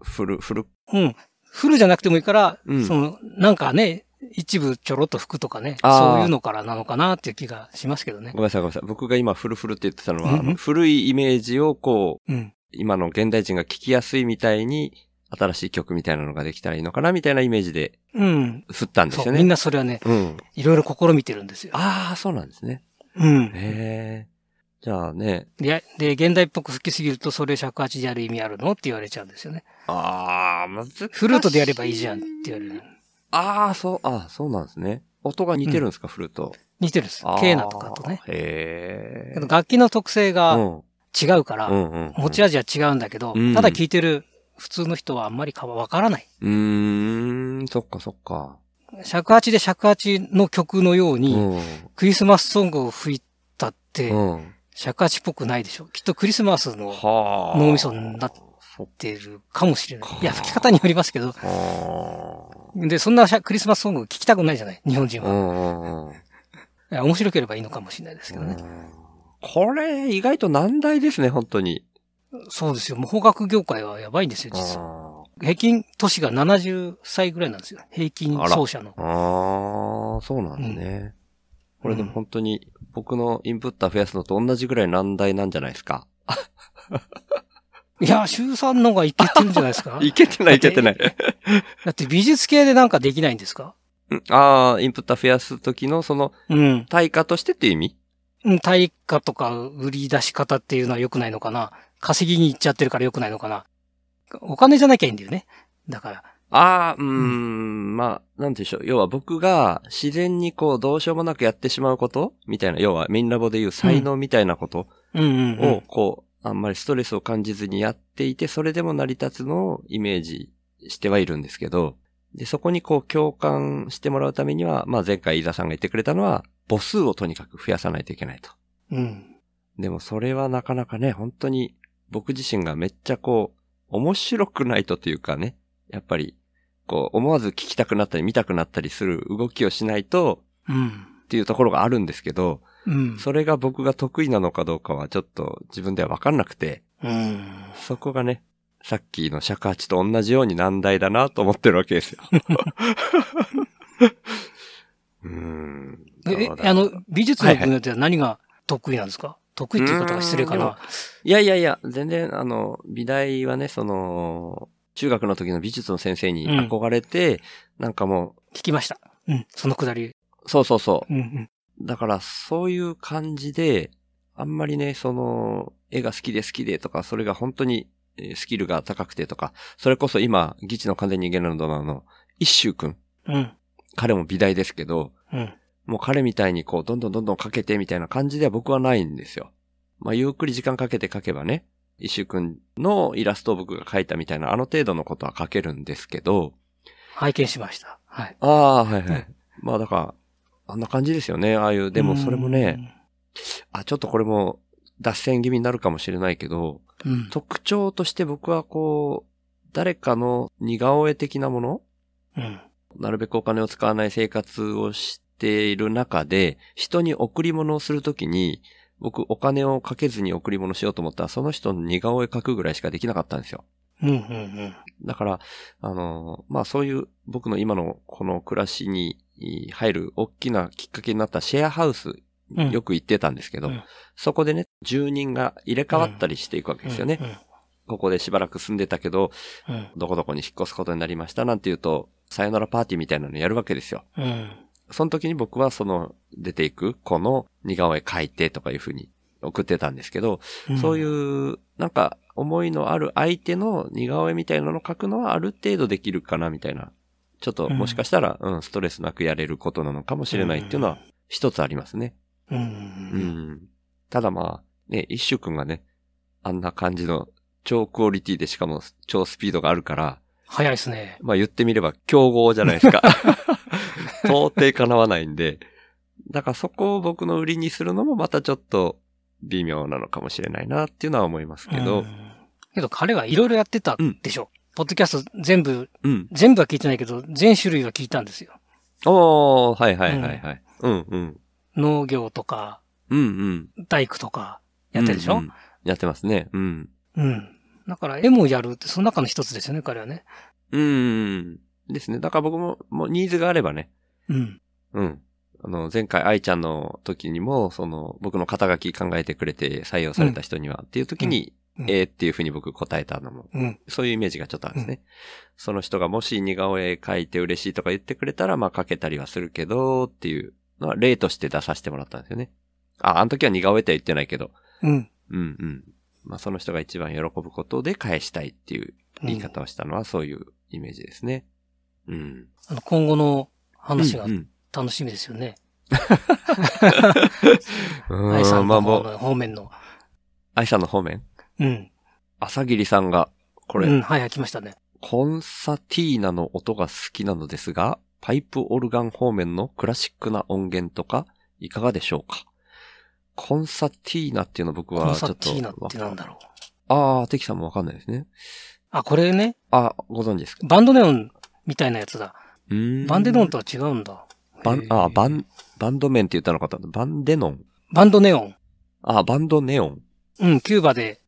[SPEAKER 1] 古、古、
[SPEAKER 2] うん。フルじゃなくてもいいから、
[SPEAKER 1] うん
[SPEAKER 2] その、なんかね、一部ちょろっと吹くとかね、
[SPEAKER 1] あー
[SPEAKER 2] そういうのからなのかなっていう気がしますけどね
[SPEAKER 1] ご。めんなさいごめんなさい。僕が今フルフルって言ってたのは、
[SPEAKER 2] うん
[SPEAKER 1] あの古いイメージをこう、
[SPEAKER 2] うん。
[SPEAKER 1] 今の現代人が聞きやすいみたいに、新しい曲みたいなのができたらいいのかなみたいなイメージで
[SPEAKER 2] うん。
[SPEAKER 1] 振ったんです
[SPEAKER 2] そう、
[SPEAKER 1] よ
[SPEAKER 2] みん
[SPEAKER 1] ね。
[SPEAKER 2] なそれはね、
[SPEAKER 1] うん。
[SPEAKER 2] いろいろ試みてるんですよ。
[SPEAKER 1] ああ、そうなんですね。
[SPEAKER 2] うん。
[SPEAKER 1] へえ。じゃあね、
[SPEAKER 2] で、で、現代っぽく吹きすぎると、それを尺八でやる意味あるのって言われちゃうんですよね。
[SPEAKER 1] ああ、難しい。
[SPEAKER 2] フルートでやればいいじゃんって言われる。
[SPEAKER 1] ああ、そう、あそうなんですね。音が似てるんですか、フルート。
[SPEAKER 2] 似てるんです
[SPEAKER 1] あ。ー
[SPEAKER 2] ケーナとかとね。。
[SPEAKER 1] へ
[SPEAKER 2] けど
[SPEAKER 1] え。
[SPEAKER 2] 楽器の特性
[SPEAKER 1] う
[SPEAKER 2] が
[SPEAKER 1] ん
[SPEAKER 2] 違うから、
[SPEAKER 1] うんうんうん。
[SPEAKER 2] 持ち味は違うんだけど、
[SPEAKER 1] うん
[SPEAKER 2] ただ聴いてる普通の人はあんまりかわからない。
[SPEAKER 1] うーん、そっかそっか。
[SPEAKER 2] 尺八で尺八の曲のよう
[SPEAKER 1] う
[SPEAKER 2] に、
[SPEAKER 1] ん。
[SPEAKER 2] クリスマスソングを吹いたって、
[SPEAKER 1] うん。
[SPEAKER 2] 尺八っぽくないでしょ。きっとクリスマスの
[SPEAKER 1] はあ。
[SPEAKER 2] 脳みそになっ
[SPEAKER 1] そっか。
[SPEAKER 2] てるかもしれない
[SPEAKER 1] は。あ
[SPEAKER 2] いや、吹き方によりますけど。で、そんなシャクリスマスソング聴きたくないじゃない日本人
[SPEAKER 1] う
[SPEAKER 2] は。
[SPEAKER 1] んうんうん。
[SPEAKER 2] いや面白ければいいのかもしれないですけどね。
[SPEAKER 1] これ、意外と難題ですね、本当に。
[SPEAKER 2] そうですよ。もう邦楽業界はやばいんですよ、実は。
[SPEAKER 1] あ
[SPEAKER 2] 平均年が70歳ぐらいなんですよ。平均奏者の。
[SPEAKER 1] あー、そうなんだね。これでも本当に僕のインプッター増やすのと同じぐらい難題なんじゃないですか。
[SPEAKER 2] いや、週さんの方がいけてるんじゃないですか
[SPEAKER 1] [LAUGHS] いけてないいけてない。
[SPEAKER 2] だって美術系でなんかできないんですか
[SPEAKER 1] うんああ、インプッター増やすときのその
[SPEAKER 2] うん。
[SPEAKER 1] 対価としてっていう意味
[SPEAKER 2] うん対価とか売り出し方っていうのは良くないのかな稼ぎに行っちゃってるから良くないのかなお金じゃなきゃいいんだよね。だから。
[SPEAKER 1] ああ、うーん、まあ、なんて言うんでしょう。要は僕が自然にこう、どうしようもなくやってしまうことみたいな、要はメインラボでいう才能みたいなこと
[SPEAKER 2] うんうん、う
[SPEAKER 1] を、
[SPEAKER 2] ん。
[SPEAKER 1] こう、あんまりストレスを感じずにやっていて、それでも成り立つのをイメージしてはいるんですけど、で、そこにこう、共感してもらうためには、まあ前回飯田さんが言ってくれたのは、母数をとにかく増やさないといけないと。
[SPEAKER 2] うん。
[SPEAKER 1] でもそれはなかなかね、本当に僕自身がめっちゃこう、面白くないとというかね、やっぱり、こう、思わず聞きたくなったり見たくなったりする動きをしないと
[SPEAKER 2] うん。
[SPEAKER 1] っていうところがあるんですけど、
[SPEAKER 2] うん。
[SPEAKER 1] それが僕が得意なのかどうかはちょっと自分ではわかんなくて、
[SPEAKER 2] うん。
[SPEAKER 1] そこがね、さっきの尺八と同じように難題だなと思ってるわけ
[SPEAKER 2] [LAUGHS]
[SPEAKER 1] ですよ。 [LAUGHS] うーん。
[SPEAKER 2] え、え
[SPEAKER 1] どうだろう
[SPEAKER 2] あの、美術の分野では何が得意なんですか、得意っていう言い方が失礼か
[SPEAKER 1] うーん
[SPEAKER 2] な。
[SPEAKER 1] いやいやいや、全然、あの、美大はね、その、中学の時の美術の先生に
[SPEAKER 2] うん
[SPEAKER 1] 憧れて、なんかも
[SPEAKER 2] 聞きました。うん。そのくだり。
[SPEAKER 1] う、そうそうそ
[SPEAKER 2] うんうん。
[SPEAKER 1] う。だから、そういう感じで、あんまりね、その、絵が好きで好きでとか、それが本当にえースキルが高くてとか、それこそ今、議事の完全人間のドラマの一周くん、
[SPEAKER 2] うん。
[SPEAKER 1] 彼も美大ですけど、
[SPEAKER 2] うん。
[SPEAKER 1] もう彼みたいにこう、どんどんどんどんかけてみたいな感じでは僕はないんですよ。まあ、ゆっくり時間かけて書けばね、一周くんのイラストを僕が書いたみたいな、あの程度のことは書けるんですけど、
[SPEAKER 2] 拝見しました。はい。
[SPEAKER 1] ああ、はいは
[SPEAKER 2] はいい。
[SPEAKER 1] まあだから、あんな感じですよね、ああいう。でもそれもね、あ、ちょっとこれも脱線気味になるかもしれないけど、
[SPEAKER 2] うん。うん。
[SPEAKER 1] 特徴として僕はこう、誰かの似顔絵的なもの
[SPEAKER 2] うん。
[SPEAKER 1] なるべくお金を使わない生活をしている中で、人に贈り物をするときに、僕お金をかけずに贈り物しようと思ったら、その人の似顔絵描くぐらいしかできなかったんですよ。
[SPEAKER 2] うん。うん。
[SPEAKER 1] だから、あの、まあそういう僕の今のこの暮らしにい入る大きなきっかけになったシェアハウス、
[SPEAKER 2] うん
[SPEAKER 1] よく行ってたんですけど、
[SPEAKER 2] うん
[SPEAKER 1] そこでね、住人が入れ替わったりしていくわけ
[SPEAKER 2] うん。
[SPEAKER 1] ですよね。ここでしばらく住んでたけど、
[SPEAKER 2] うん。うん。
[SPEAKER 1] どこどこに引っ越すことになりましたなんて言うと、さよならパーティーみたいなのやるわけですよ。
[SPEAKER 2] うん。
[SPEAKER 1] その時に僕はその出ていく子の似顔絵描いてとかいう風に送ってたんですけど、
[SPEAKER 2] ん
[SPEAKER 1] そういう、なんか、思いのある相手の似顔絵みたいなのを書くのはある程度できるかな、みたいな。ちょっと、
[SPEAKER 2] うん
[SPEAKER 1] もしかしたら、うん、ストレスなくやれることなのかもしれないっていうのは、一つありますね。
[SPEAKER 2] う。
[SPEAKER 1] うんん。ただまあ、ね、一周くんがね、あんな感じの、超クオリティでしかも超スピードがあるから、
[SPEAKER 2] 早いですね。
[SPEAKER 1] まあ言ってみれば競合じゃないですか。
[SPEAKER 2] [LAUGHS]
[SPEAKER 1] 到底叶わないんで。だからそこを僕の売りにするのもまたちょっと微妙なのかもしれないなっていうのは思いますけ
[SPEAKER 2] う
[SPEAKER 1] ど。
[SPEAKER 2] んけど彼はいろいろやってたでしょ。ポッドキャスト全部、
[SPEAKER 1] うん。
[SPEAKER 2] 全部は聞いてないけど、全種類は聞いたんですよ。
[SPEAKER 1] おー、はいはいはいはい。うんうん。
[SPEAKER 2] 農業とか、
[SPEAKER 1] うんうん。
[SPEAKER 2] 大工とか、やってるでし
[SPEAKER 1] う
[SPEAKER 2] ょ、
[SPEAKER 1] んうんやってますね。うん。
[SPEAKER 2] うん。だから絵もやるって、その中の一つですよね、彼はね。
[SPEAKER 1] うんうんうん。ですね。だから僕も、もうニーズがあればね。
[SPEAKER 2] うん。
[SPEAKER 1] うん。あの、前回愛ちゃんの時にも、その、僕の肩書き考えてくれて採用された人には、っていう時に、
[SPEAKER 2] うん
[SPEAKER 1] えーっていうふうに僕答えたのも
[SPEAKER 2] うん。
[SPEAKER 1] そういうイメージがちょっとあるんですね。その人がもし似顔絵描いて嬉しいとか言ってくれたら、まあ描けたりはするけど、っていうのは例として出させてもらったんですよね。あ、あの時は似顔絵っては言ってないけど。
[SPEAKER 2] うん。
[SPEAKER 1] うんうん。まあその人が一番喜ぶことで返したいっていう言い方をしたのはそういうイメージですね。うん。
[SPEAKER 2] あの、今後の話が
[SPEAKER 1] うんうん
[SPEAKER 2] 楽しみですよね。
[SPEAKER 1] う
[SPEAKER 2] 愛さ
[SPEAKER 1] ー
[SPEAKER 2] ん
[SPEAKER 1] ん、まあ
[SPEAKER 2] の
[SPEAKER 1] も
[SPEAKER 2] 方
[SPEAKER 1] う、
[SPEAKER 2] の方面の。
[SPEAKER 1] 愛さんの方面
[SPEAKER 2] うん。
[SPEAKER 1] 朝霧さんが、これ、
[SPEAKER 2] うん、はい、はい、来ましたね。
[SPEAKER 1] コンサティーナの音が好きなのですが、パイプオルガン方面のクラシックな音源とか、いかがでしょうかコンサティーナっていうの僕
[SPEAKER 2] コン
[SPEAKER 1] はち
[SPEAKER 2] サ
[SPEAKER 1] ょっ
[SPEAKER 2] テ
[SPEAKER 1] と。
[SPEAKER 2] ィーナってなんだろう。
[SPEAKER 1] ああ、テキさんもわかんないですね。
[SPEAKER 2] あ、これね、
[SPEAKER 1] あご存知ですか
[SPEAKER 2] バンドネオンみたいなやつだ。
[SPEAKER 1] うーん
[SPEAKER 2] バンデノンとは違うんだ。
[SPEAKER 1] バン、あーバ
[SPEAKER 2] へー
[SPEAKER 1] ン、バンド面って言ったのかと。バンデノン。
[SPEAKER 2] バンドネオン。
[SPEAKER 1] あーバンドネオン。
[SPEAKER 2] うん、キューバで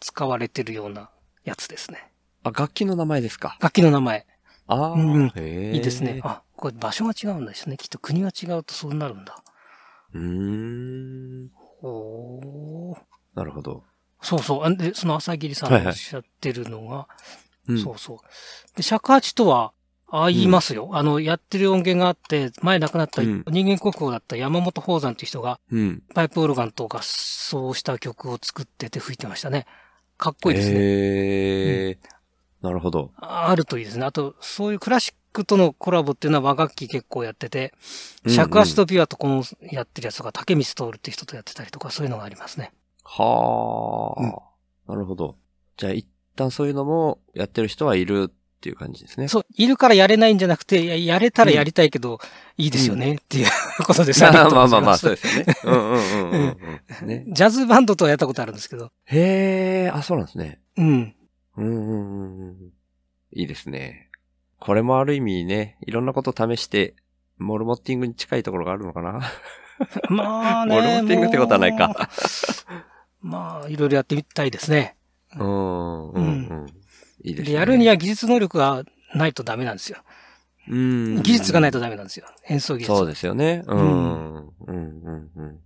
[SPEAKER 2] 使われてるようなやつですね。
[SPEAKER 1] あ、楽器の名前ですか。
[SPEAKER 2] 楽器の名前。
[SPEAKER 1] ああ、
[SPEAKER 2] うん
[SPEAKER 1] へえ。
[SPEAKER 2] いいですね。あ、これ場所が違うんですね。きっと国が違うとそうなるんだ。
[SPEAKER 1] うーん。
[SPEAKER 2] おー
[SPEAKER 1] なるほど。
[SPEAKER 2] そうそう。あで、その朝霧さん
[SPEAKER 1] はい
[SPEAKER 2] が
[SPEAKER 1] は
[SPEAKER 2] お
[SPEAKER 1] い
[SPEAKER 2] っしゃってるのが、
[SPEAKER 1] うん
[SPEAKER 2] そうそう。で、尺八とは合いますよ。あの、やってる音源があって、前亡くなった
[SPEAKER 1] うん
[SPEAKER 2] 人間国宝だった山本宝山っていう人が、
[SPEAKER 1] うん。
[SPEAKER 2] パイプオルガンと合奏した曲を作ってて吹いてましたね。かっこいいですね。
[SPEAKER 1] へえ、なるほど。
[SPEAKER 2] あるといいですね。あと、そういうクラシックとのコラボっていうのは和楽器結構やってて、
[SPEAKER 1] うんうん
[SPEAKER 2] 尺八とビアとこのやってるやつとか、竹光徹って人とやってたりとか、そういうのがありますね。
[SPEAKER 1] はあ、なるほど。じゃあ一旦そういうのもやってる人はいるっていう感じですね。
[SPEAKER 2] そう、いるからやれないんじゃなくて、ややれたらやりたいけど、いいですよねっていうこ
[SPEAKER 1] [LAUGHS]
[SPEAKER 2] とです
[SPEAKER 1] ま
[SPEAKER 2] ね。
[SPEAKER 1] あまあまあまあ、
[SPEAKER 2] りがと
[SPEAKER 1] そう
[SPEAKER 2] うござい
[SPEAKER 1] ですよね。うんうんうんうんうん。ね、
[SPEAKER 2] ますジャズバンドとはやったことあるんですけど、
[SPEAKER 1] へえ、あ、そうなんですね。
[SPEAKER 2] うん。
[SPEAKER 1] うんうんうんうん。いいですね。これもある意味ね、いろんなこと試して、モルモッティングに近いところがあるのかな。
[SPEAKER 2] まあね。
[SPEAKER 1] モルモッティングってことはないか
[SPEAKER 2] もう。まあ、いろいろやってみたいですね。
[SPEAKER 1] うんうんうん。いいです
[SPEAKER 2] で、
[SPEAKER 1] ね。
[SPEAKER 2] やるには技術能力がないとダメなんですよ。
[SPEAKER 1] うん、
[SPEAKER 2] 技術がない
[SPEAKER 1] と
[SPEAKER 2] とダメなんですよ。演奏技術。
[SPEAKER 1] そうですよね。うん。うんうんうん。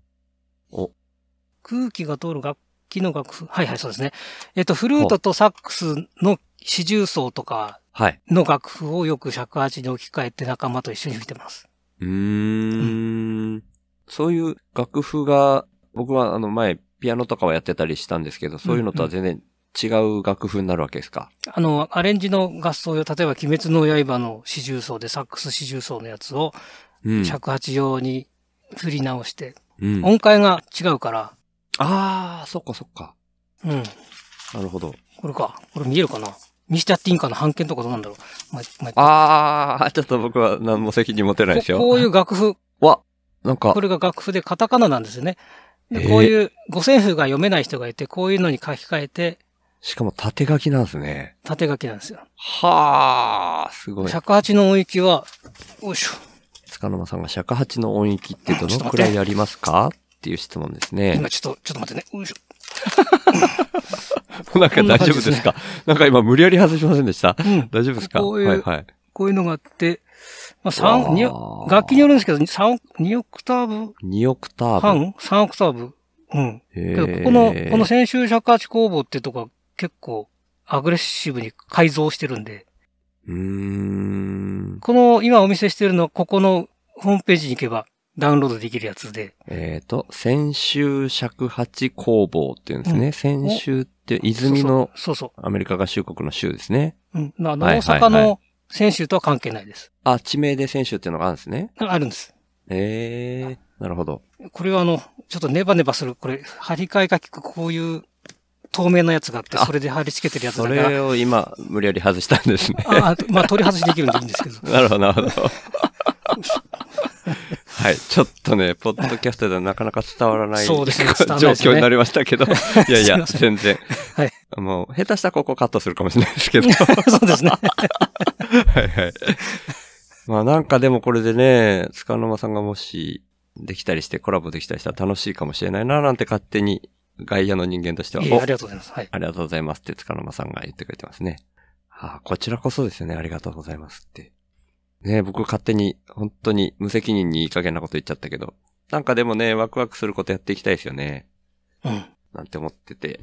[SPEAKER 2] 空気が通る楽器の楽譜。はいはい、そうですね。えっと、フルートとサックスの四重奏とか
[SPEAKER 1] はい。
[SPEAKER 2] の楽譜をよく尺八に置き換えて仲間と一緒に吹いてます。
[SPEAKER 1] うーん。そういう楽譜が、僕はあの前、ピアノとかはやってたりしたんですけど、そういうのとは全然違う楽譜になるわけですか。
[SPEAKER 2] あの、アレンジの合奏用、例えば鬼滅の刃の四重奏でサックス四重奏のやつを
[SPEAKER 1] うん。
[SPEAKER 2] 尺八用に振り直して、
[SPEAKER 1] うん
[SPEAKER 2] 音階が違うから、
[SPEAKER 1] ああ、そっかそっか。
[SPEAKER 2] うん、
[SPEAKER 1] なるほど。
[SPEAKER 2] これか。これ見えるかな見せてやっていいんかな半券とかどうなんだろう、まま
[SPEAKER 1] ああ、ちょっと僕は何も責任持てないです
[SPEAKER 2] こ
[SPEAKER 1] よ。
[SPEAKER 2] こういう楽譜、
[SPEAKER 1] わ、なんか
[SPEAKER 2] こ、れが楽譜でカタカナなんですよね。
[SPEAKER 1] え
[SPEAKER 2] で
[SPEAKER 1] ー
[SPEAKER 2] こういう五線譜が読めない人がいて、こういうのに書き換えて
[SPEAKER 1] しかも縦書きなんですね。
[SPEAKER 2] 縦書きなんですよ。
[SPEAKER 1] はあ、すごい。
[SPEAKER 2] 尺八の音域は、おいしょ。
[SPEAKER 1] 塚沼さんが尺八の音域ってどのくらいありますかっていう質問ですね。
[SPEAKER 2] 今ちょっと、ちょっと待ってね。おいしょ。
[SPEAKER 1] なんか大丈夫ですかなんか今無理やり外しませんでした [LAUGHS]
[SPEAKER 2] うん。
[SPEAKER 1] 大丈夫ですか
[SPEAKER 2] こういう
[SPEAKER 1] はいはい。
[SPEAKER 2] こういうのがあって、まあ、三、二
[SPEAKER 1] わ、ー
[SPEAKER 2] 楽器によるんですけど、三、二オクターブ
[SPEAKER 1] 2オクターブ。
[SPEAKER 2] 半三オクターブ。うん。
[SPEAKER 1] へ
[SPEAKER 2] け
[SPEAKER 1] ー
[SPEAKER 2] ど、ここの、この先週尺八工房ってとこは結構アグレッシブに改造してるんで、
[SPEAKER 1] うーん。
[SPEAKER 2] この今お見せしてるのはここのホームページに行けばダウンロードできるやつで。
[SPEAKER 1] えっ、と、先週尺八工房っていうんですね。
[SPEAKER 2] う
[SPEAKER 1] 先週って泉の
[SPEAKER 2] そうそう。
[SPEAKER 1] アメリカ合衆国の州ですね。
[SPEAKER 2] うん。なあの
[SPEAKER 1] はいは
[SPEAKER 2] 大
[SPEAKER 1] い
[SPEAKER 2] 阪の選手とは関係ないです。
[SPEAKER 1] あ、地名で先週っていうのがあるんですね。
[SPEAKER 2] ああるんです。
[SPEAKER 1] ええなるほど。
[SPEAKER 2] これはあの、ちょっとネバネバする、これ、張り替えが効くこういう透明なやつがあって、
[SPEAKER 1] あ
[SPEAKER 2] それで貼り付けてるやつ
[SPEAKER 1] そ
[SPEAKER 2] だから。
[SPEAKER 1] れを今、無理やり外したんですね。
[SPEAKER 2] ああまあ、取り外しできるんでいいんです
[SPEAKER 1] [LAUGHS]
[SPEAKER 2] けど。
[SPEAKER 1] なるほど、なるほど。はい。ちょっとね、ポッドキャストではなかなか伝わらない
[SPEAKER 2] そうですね伝わらない
[SPEAKER 1] 状
[SPEAKER 2] ですね
[SPEAKER 1] 況になりましたけど。いやい
[SPEAKER 2] すい
[SPEAKER 1] や、
[SPEAKER 2] ませ
[SPEAKER 1] 全
[SPEAKER 2] ん
[SPEAKER 1] 然。
[SPEAKER 2] はい
[SPEAKER 1] もう、下手したらここカットするかもしれないです
[SPEAKER 2] [LAUGHS]
[SPEAKER 1] けど。は
[SPEAKER 2] そうですね。
[SPEAKER 1] いはい。まあなんかでもこれでね、つかの間さんがもし、できたりして、コラボできたりしたら楽しいかもしれないな、なんて勝手に、外野の人間としては、
[SPEAKER 2] いえ
[SPEAKER 1] お
[SPEAKER 2] ありがとうございます。はい。
[SPEAKER 1] ありがとうございますって、つかの間さんが言ってくれてますね。ああ、こちらこそですよね。ありがとうございますって。ねえ僕勝手に、本当に無責任にいい加減なこと言っちゃったけど。なんかでもね、ワクワクすることやっていきたいですよね。
[SPEAKER 2] うん。
[SPEAKER 1] なんて思ってて。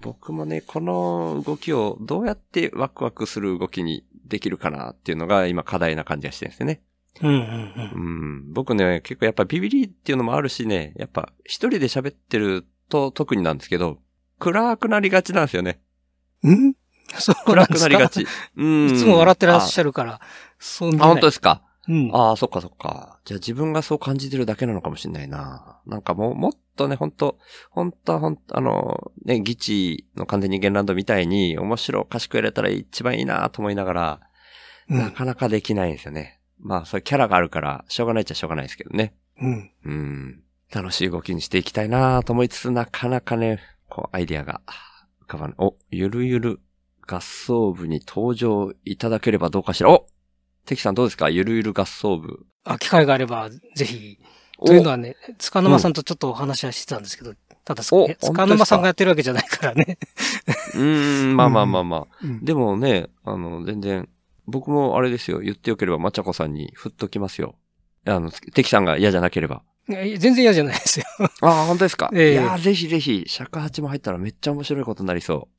[SPEAKER 1] 僕もね、この動きをどうやってワクワクする動きにできるかなっていうのが今課題な感じがしてるんですよね。
[SPEAKER 2] うんうんう。
[SPEAKER 1] うんん。僕ね、結構やっぱビビリっていうのもあるしね、やっぱ一人で喋ってると特になんですけど、暗くなりがちなんですよね。
[SPEAKER 2] うんそう
[SPEAKER 1] 暗
[SPEAKER 2] なんで
[SPEAKER 1] くな
[SPEAKER 2] す
[SPEAKER 1] りが
[SPEAKER 2] か
[SPEAKER 1] ち。うん。
[SPEAKER 2] いつも笑ってらっし
[SPEAKER 1] ゃ
[SPEAKER 2] ゃるから、そう見え
[SPEAKER 1] る。
[SPEAKER 2] な
[SPEAKER 1] あ、
[SPEAKER 2] い。
[SPEAKER 1] 本当ですか。
[SPEAKER 2] うん。
[SPEAKER 1] ああ、そっかそっか。じゃあ自分がそう感じてるだけなのかもしれないな。なんかもう、もっとね、本当本当は本当あの、ね、ギチの完全人間ランドみたいに面白おかしくやれたら一番いいなと思いながら、
[SPEAKER 2] う。
[SPEAKER 1] なんかなかできないんですよね。まあ、そういうキャラがあるから、しょうがないっちゃしょうがないですけどね。
[SPEAKER 2] うん。
[SPEAKER 1] うん。楽しい動きにしていきたいなと思いつつ、なかなかね、こう、アイディアが浮かばない。お、ゆるゆる合奏部に登場いただければどうかしら。お関さんどうですかゆるゆる合奏部。
[SPEAKER 2] あ、機会があれば、ぜひ。
[SPEAKER 1] お
[SPEAKER 2] というのはね、つかの間さんとちょっとお話はしてたんですけど、ただ、つ
[SPEAKER 1] お
[SPEAKER 2] かの間さんがやってるわけじゃないからね。
[SPEAKER 1] うーん、まあまあまあまあ。
[SPEAKER 2] うん
[SPEAKER 1] でもね、あの、全然、僕もあれですよ。言ってよければ、まちゃこさんに振っときますよ。あの、関さんが嫌じゃなければ。
[SPEAKER 2] いや全然嫌じゃないですよ。 [LAUGHS]
[SPEAKER 1] ああ、本当ですか、
[SPEAKER 2] ええ
[SPEAKER 1] いやーぜひぜひ、尺八も入ったらめっちゃ面白いことになりそう。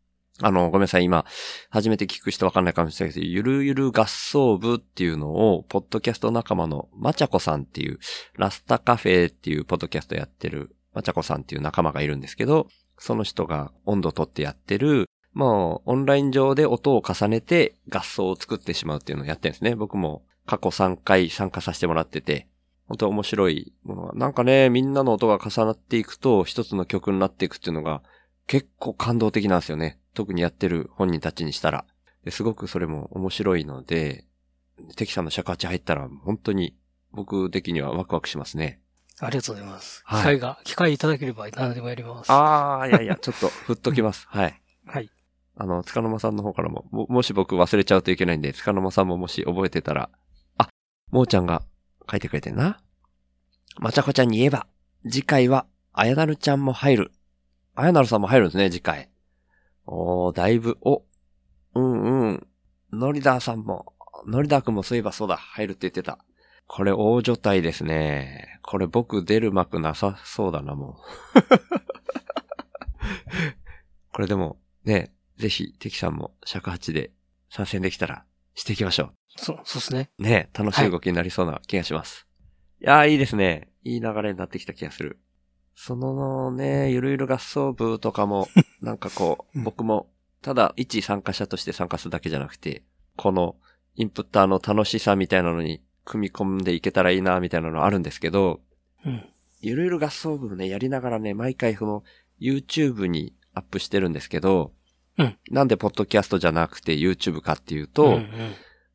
[SPEAKER 1] あの、ごめんなさい、今、初めて聞く人わかんないかもしれないけど、ゆるゆる合奏部っていうのを、ポッドキャスト仲間のまちゃこさんっていう、ラスタカフェっていうポッドキャストやってる、まちゃこさんっていう仲間がいるんですけど、その人が温度取ってやってる、もう、オンライン上で音を重ねて合奏を作ってしまうっていうのをやってるんですね。僕も過去3回参加させてもらってて、本当面白いものが。なんかね、みんなの音が重なっていくと、一つの曲になっていくっていうのが、結構感動的なんですよね。特にやってる本人たちにしたら。ですごくそれも面白いので、テキさんの尺八入ったら、本当に僕的にはワクワクしますね。
[SPEAKER 2] ありがとうございます。
[SPEAKER 1] はい
[SPEAKER 2] 機会が、機会いただければ何でもやります。
[SPEAKER 1] ああ、いやいや、ちょっと振っとき
[SPEAKER 2] [LAUGHS]
[SPEAKER 1] ます。はい。
[SPEAKER 2] はい。
[SPEAKER 1] あの、つかの間さんの方からも、も、もし僕忘れちゃうといけないんで、つかの間さんももし覚えてたら、あ、もーちゃんが書いてくれてんな。まちゃこちゃんに言えば、次回は、あやなるちゃんも入る。あやなるさんも入るんですね、次回。おー、だいぶ、お、うんうん。のりだーさんも、のりだーくんもそういえばそうだ、入るって言ってた。これ大所帯ですね。これ僕出る幕なさそうだな、もう。これでも、ね、ぜひ、テキさんも尺八で参戦できたらしていきましょ
[SPEAKER 2] そう、そうですね。
[SPEAKER 1] う。ね、楽しい動きになりそうな気がします。い、やー、いいですね。いい流れになってきた気がする。そのね、ゆるゆる合奏部とかも、なんかこう、
[SPEAKER 2] うん
[SPEAKER 1] 僕も、ただ一参加者として参加するだけじゃなくて、このインプッターの楽しさみたいなのに組み込んでいけたらいいな、みたいなのあるんですけど、
[SPEAKER 2] うん。
[SPEAKER 1] ゆるゆる合奏部ね、やりながらね、毎回その YouTube にアップしてるんですけど、
[SPEAKER 2] うん
[SPEAKER 1] なんでポッドキャストじゃなくて YouTube かっていうと、
[SPEAKER 2] うんうん。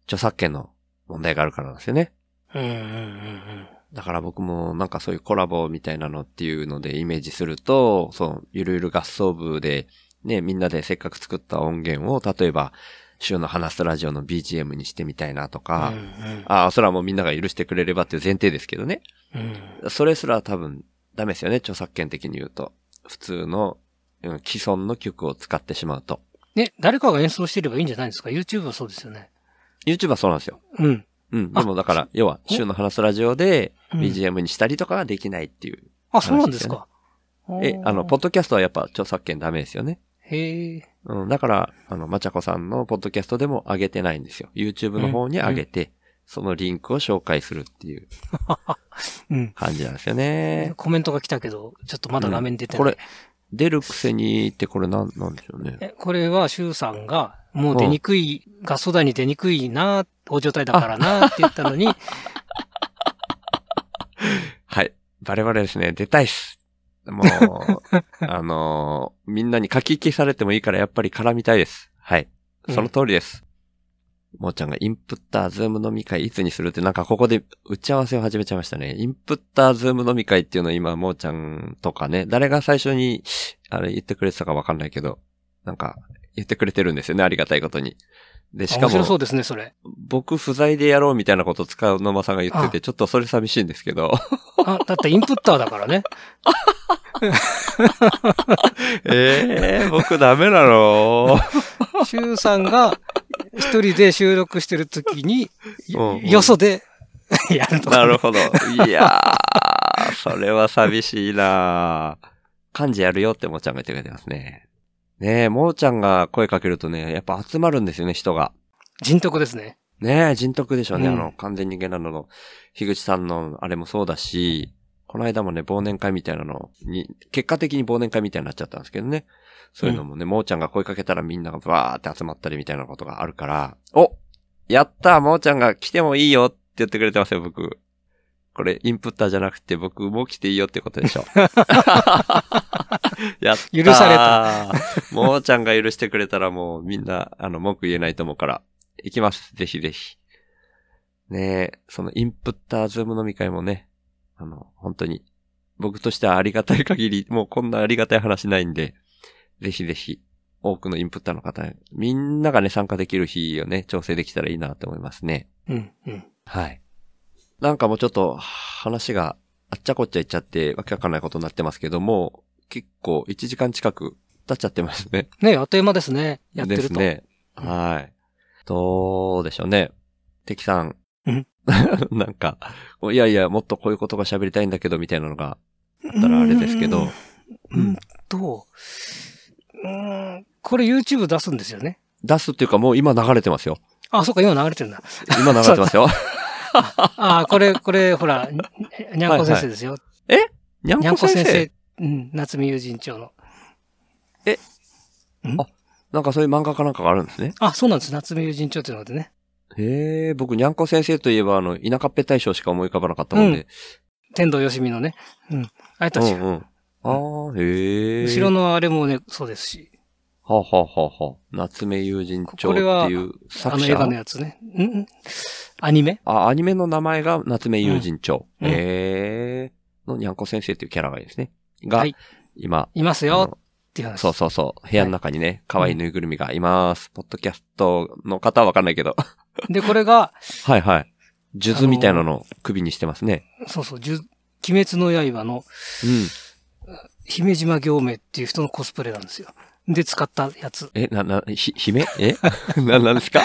[SPEAKER 1] 著作権の問題があるからなんですよね。
[SPEAKER 2] うんうんうん
[SPEAKER 1] だから僕もなんかそういうコラボみたいなのっていうのでイメージすると、そのゆるゆる合奏部でね、みんなでせっかく作った音源を例えば週の話すラジオの BGM にしてみたいなと
[SPEAKER 2] うん。
[SPEAKER 1] か、
[SPEAKER 2] うん
[SPEAKER 1] ああ、それはもうみんなが許してくれればっていう前提ですけどね。
[SPEAKER 2] うんうん
[SPEAKER 1] それすら多分ダメですよね、著作権的に言うと。普通の、うん既存の曲を使ってしまうと。
[SPEAKER 2] ね、誰かが演奏していればいいんじゃないですか ?YouTube はそうですよね。
[SPEAKER 1] YouTube はそうなんですよ。
[SPEAKER 2] うん。
[SPEAKER 1] うん。でもだから、要は、週の話すラジオで BGM にしたりとかはできないっていう。
[SPEAKER 2] あ、そうなんですか。
[SPEAKER 1] え、あの、ポッドキャストはやっぱ著作権ダメですよね。
[SPEAKER 2] へえ。
[SPEAKER 1] うん。だから、あの、まちゃこさんのポッドキャストでも上げてないんですよ。YouTube の方に上げて、そのリンクを紹介するっていう。
[SPEAKER 2] うん。
[SPEAKER 1] 感じなんですよね。
[SPEAKER 2] コメントが来たけど、ちょっとまだ画面出てない。
[SPEAKER 1] これ、出るくせにってこれなんなんでしょうね。
[SPEAKER 2] えこれは、シュウさんが、もう出にくい、ガソダに出にくいな、お状態だからな、って言ったのに、
[SPEAKER 1] はい。バレバレですね。出たいっす。
[SPEAKER 2] [LAUGHS]
[SPEAKER 1] もう、あのーみんなに書き消されてもいいからやっぱり絡みたいです。はい。その通りです。もーちゃんがインプッターズーム飲み会いつにするってなんかここで打ち合わせを始めちゃいましたね。インプッターズーム飲み会っていうのを今もーちゃんとかね、誰が最初にあれ言ってくれてたかわかんないけど、なんか言ってくれてるんですよね。ありがたいことに。で、 [LAUGHS] しか
[SPEAKER 2] 面
[SPEAKER 1] も
[SPEAKER 2] 白、そうですね、それ。
[SPEAKER 1] 僕不在でやろうみたいなことを使うのまさんが言ってて、ちょっとそれ寂しいんですけど。
[SPEAKER 2] あ、だってインプッターだからね。
[SPEAKER 1] ええ [LAUGHS] 僕ダメなの
[SPEAKER 2] シュウさんが、一人で収録してる時に、
[SPEAKER 1] うんうん
[SPEAKER 2] よそで、 [LAUGHS] やると
[SPEAKER 1] [LAUGHS]
[SPEAKER 2] かね、
[SPEAKER 1] なるほど。いやー、それは寂しいなー漢字やるよってもーちゃんが言ってくれてますね。ねえ、もーちゃんが声かけるとね、やっぱ集まるんですよね、人が。
[SPEAKER 2] 人徳ですね。
[SPEAKER 1] ねえ、人徳でしょうね。
[SPEAKER 2] うん
[SPEAKER 1] あの、完全人間なのの、樋口さんのあれもそうだし、この間もね、忘年会みたいなのに、結果的に忘年会みたいになっちゃったんですけどね。そういうのもね、もーちゃんが声かけたらみんながバーって集まったりみたいなことがあるから、おやったもーちゃんが来てもいいよって言ってくれてますよ、僕。これ、インプッターじゃなくて、僕も来ていいよってこと
[SPEAKER 2] [LAUGHS]
[SPEAKER 1] でしょ。やったー
[SPEAKER 2] 許され
[SPEAKER 1] もーちゃんが許してくれたらもうみんな、あの、文句言えないと思うから、行きます。ぜひぜひ。ねえ、そのインプッターズーム飲み会もね、あの、本当に、僕としてはありがたい限り、もうこんなありがたい話ないんで、ぜひぜひ、多くのインプッターの方、みんながね、参加できる日をね、調整できたらいいなと思いますね。
[SPEAKER 2] うん、うん。
[SPEAKER 1] はい。なんかもうちょっと話があっちゃこっちゃいっちゃってわけわかんないことになってますけども、結構1時間近く経っちゃってますね。
[SPEAKER 2] ね、あっという間ですね。やってると。
[SPEAKER 1] ですね。はい。どうでしょうね。敵さん。
[SPEAKER 2] うん
[SPEAKER 1] [LAUGHS] なんか、いやいや、もっとこういうことが喋りたいんだけど、みたいなのがあったらあれですけど。
[SPEAKER 2] うーん。うーんと、うーん、これ YouTube 出すんですよね。
[SPEAKER 1] 出すっていうかもう今流れてますよ。
[SPEAKER 2] あ、そうか、今流れ
[SPEAKER 1] [LAUGHS]
[SPEAKER 2] てるんだ。
[SPEAKER 1] 今流れてますよ。
[SPEAKER 2] あ、これ、これ、ほら、ににゃんこ先生ですよ。
[SPEAKER 1] [LAUGHS] にゃん
[SPEAKER 2] にゃん
[SPEAKER 1] こ
[SPEAKER 2] こ
[SPEAKER 1] 先生
[SPEAKER 2] 先生、うん、夏目友人帳の。
[SPEAKER 1] なんかそういう漫画かなんかがあるんですね。
[SPEAKER 2] あ、そうなんです。夏目友人帳っていうのでね。
[SPEAKER 1] へえ、僕、にゃんこ先生といえば、あの、田舎っぺ大将しか思い浮かばなかったもんで。
[SPEAKER 2] 天童よしみのね。うん。あれ
[SPEAKER 1] う
[SPEAKER 2] た
[SPEAKER 1] ん
[SPEAKER 2] ち、
[SPEAKER 1] うん。あー、へえ。
[SPEAKER 2] 後ろのあれもね、そうですし。
[SPEAKER 1] はあはあはあはあ夏目友人帳
[SPEAKER 2] こ
[SPEAKER 1] って
[SPEAKER 2] れはいあ
[SPEAKER 1] う
[SPEAKER 2] あ
[SPEAKER 1] 作
[SPEAKER 2] の
[SPEAKER 1] 者
[SPEAKER 2] 映画のやつね。んんアニメ
[SPEAKER 1] あ、アニメの名前が夏目友人帳。
[SPEAKER 2] うんうん
[SPEAKER 1] へー。のにゃんこ先生っていうキャラがいいですね。が、
[SPEAKER 2] はい
[SPEAKER 1] 今、
[SPEAKER 2] います
[SPEAKER 1] あ
[SPEAKER 2] よ
[SPEAKER 1] の
[SPEAKER 2] っていう話。
[SPEAKER 1] そうそうそう。部屋の中にね、可愛いぬいぐるみがいます。ポッドキャストの方はわかんないけ [LAUGHS] ど。
[SPEAKER 2] で、これが、
[SPEAKER 1] はいはい。数珠みたいなのを首にしてますね。
[SPEAKER 2] そうそう、じゅ鬼滅の刃の姫島行明っていう人のコスプレなんですよ。で、使ったやつ。
[SPEAKER 1] うん。え、な、な、ひ、姫 [LAUGHS] えな、なんですか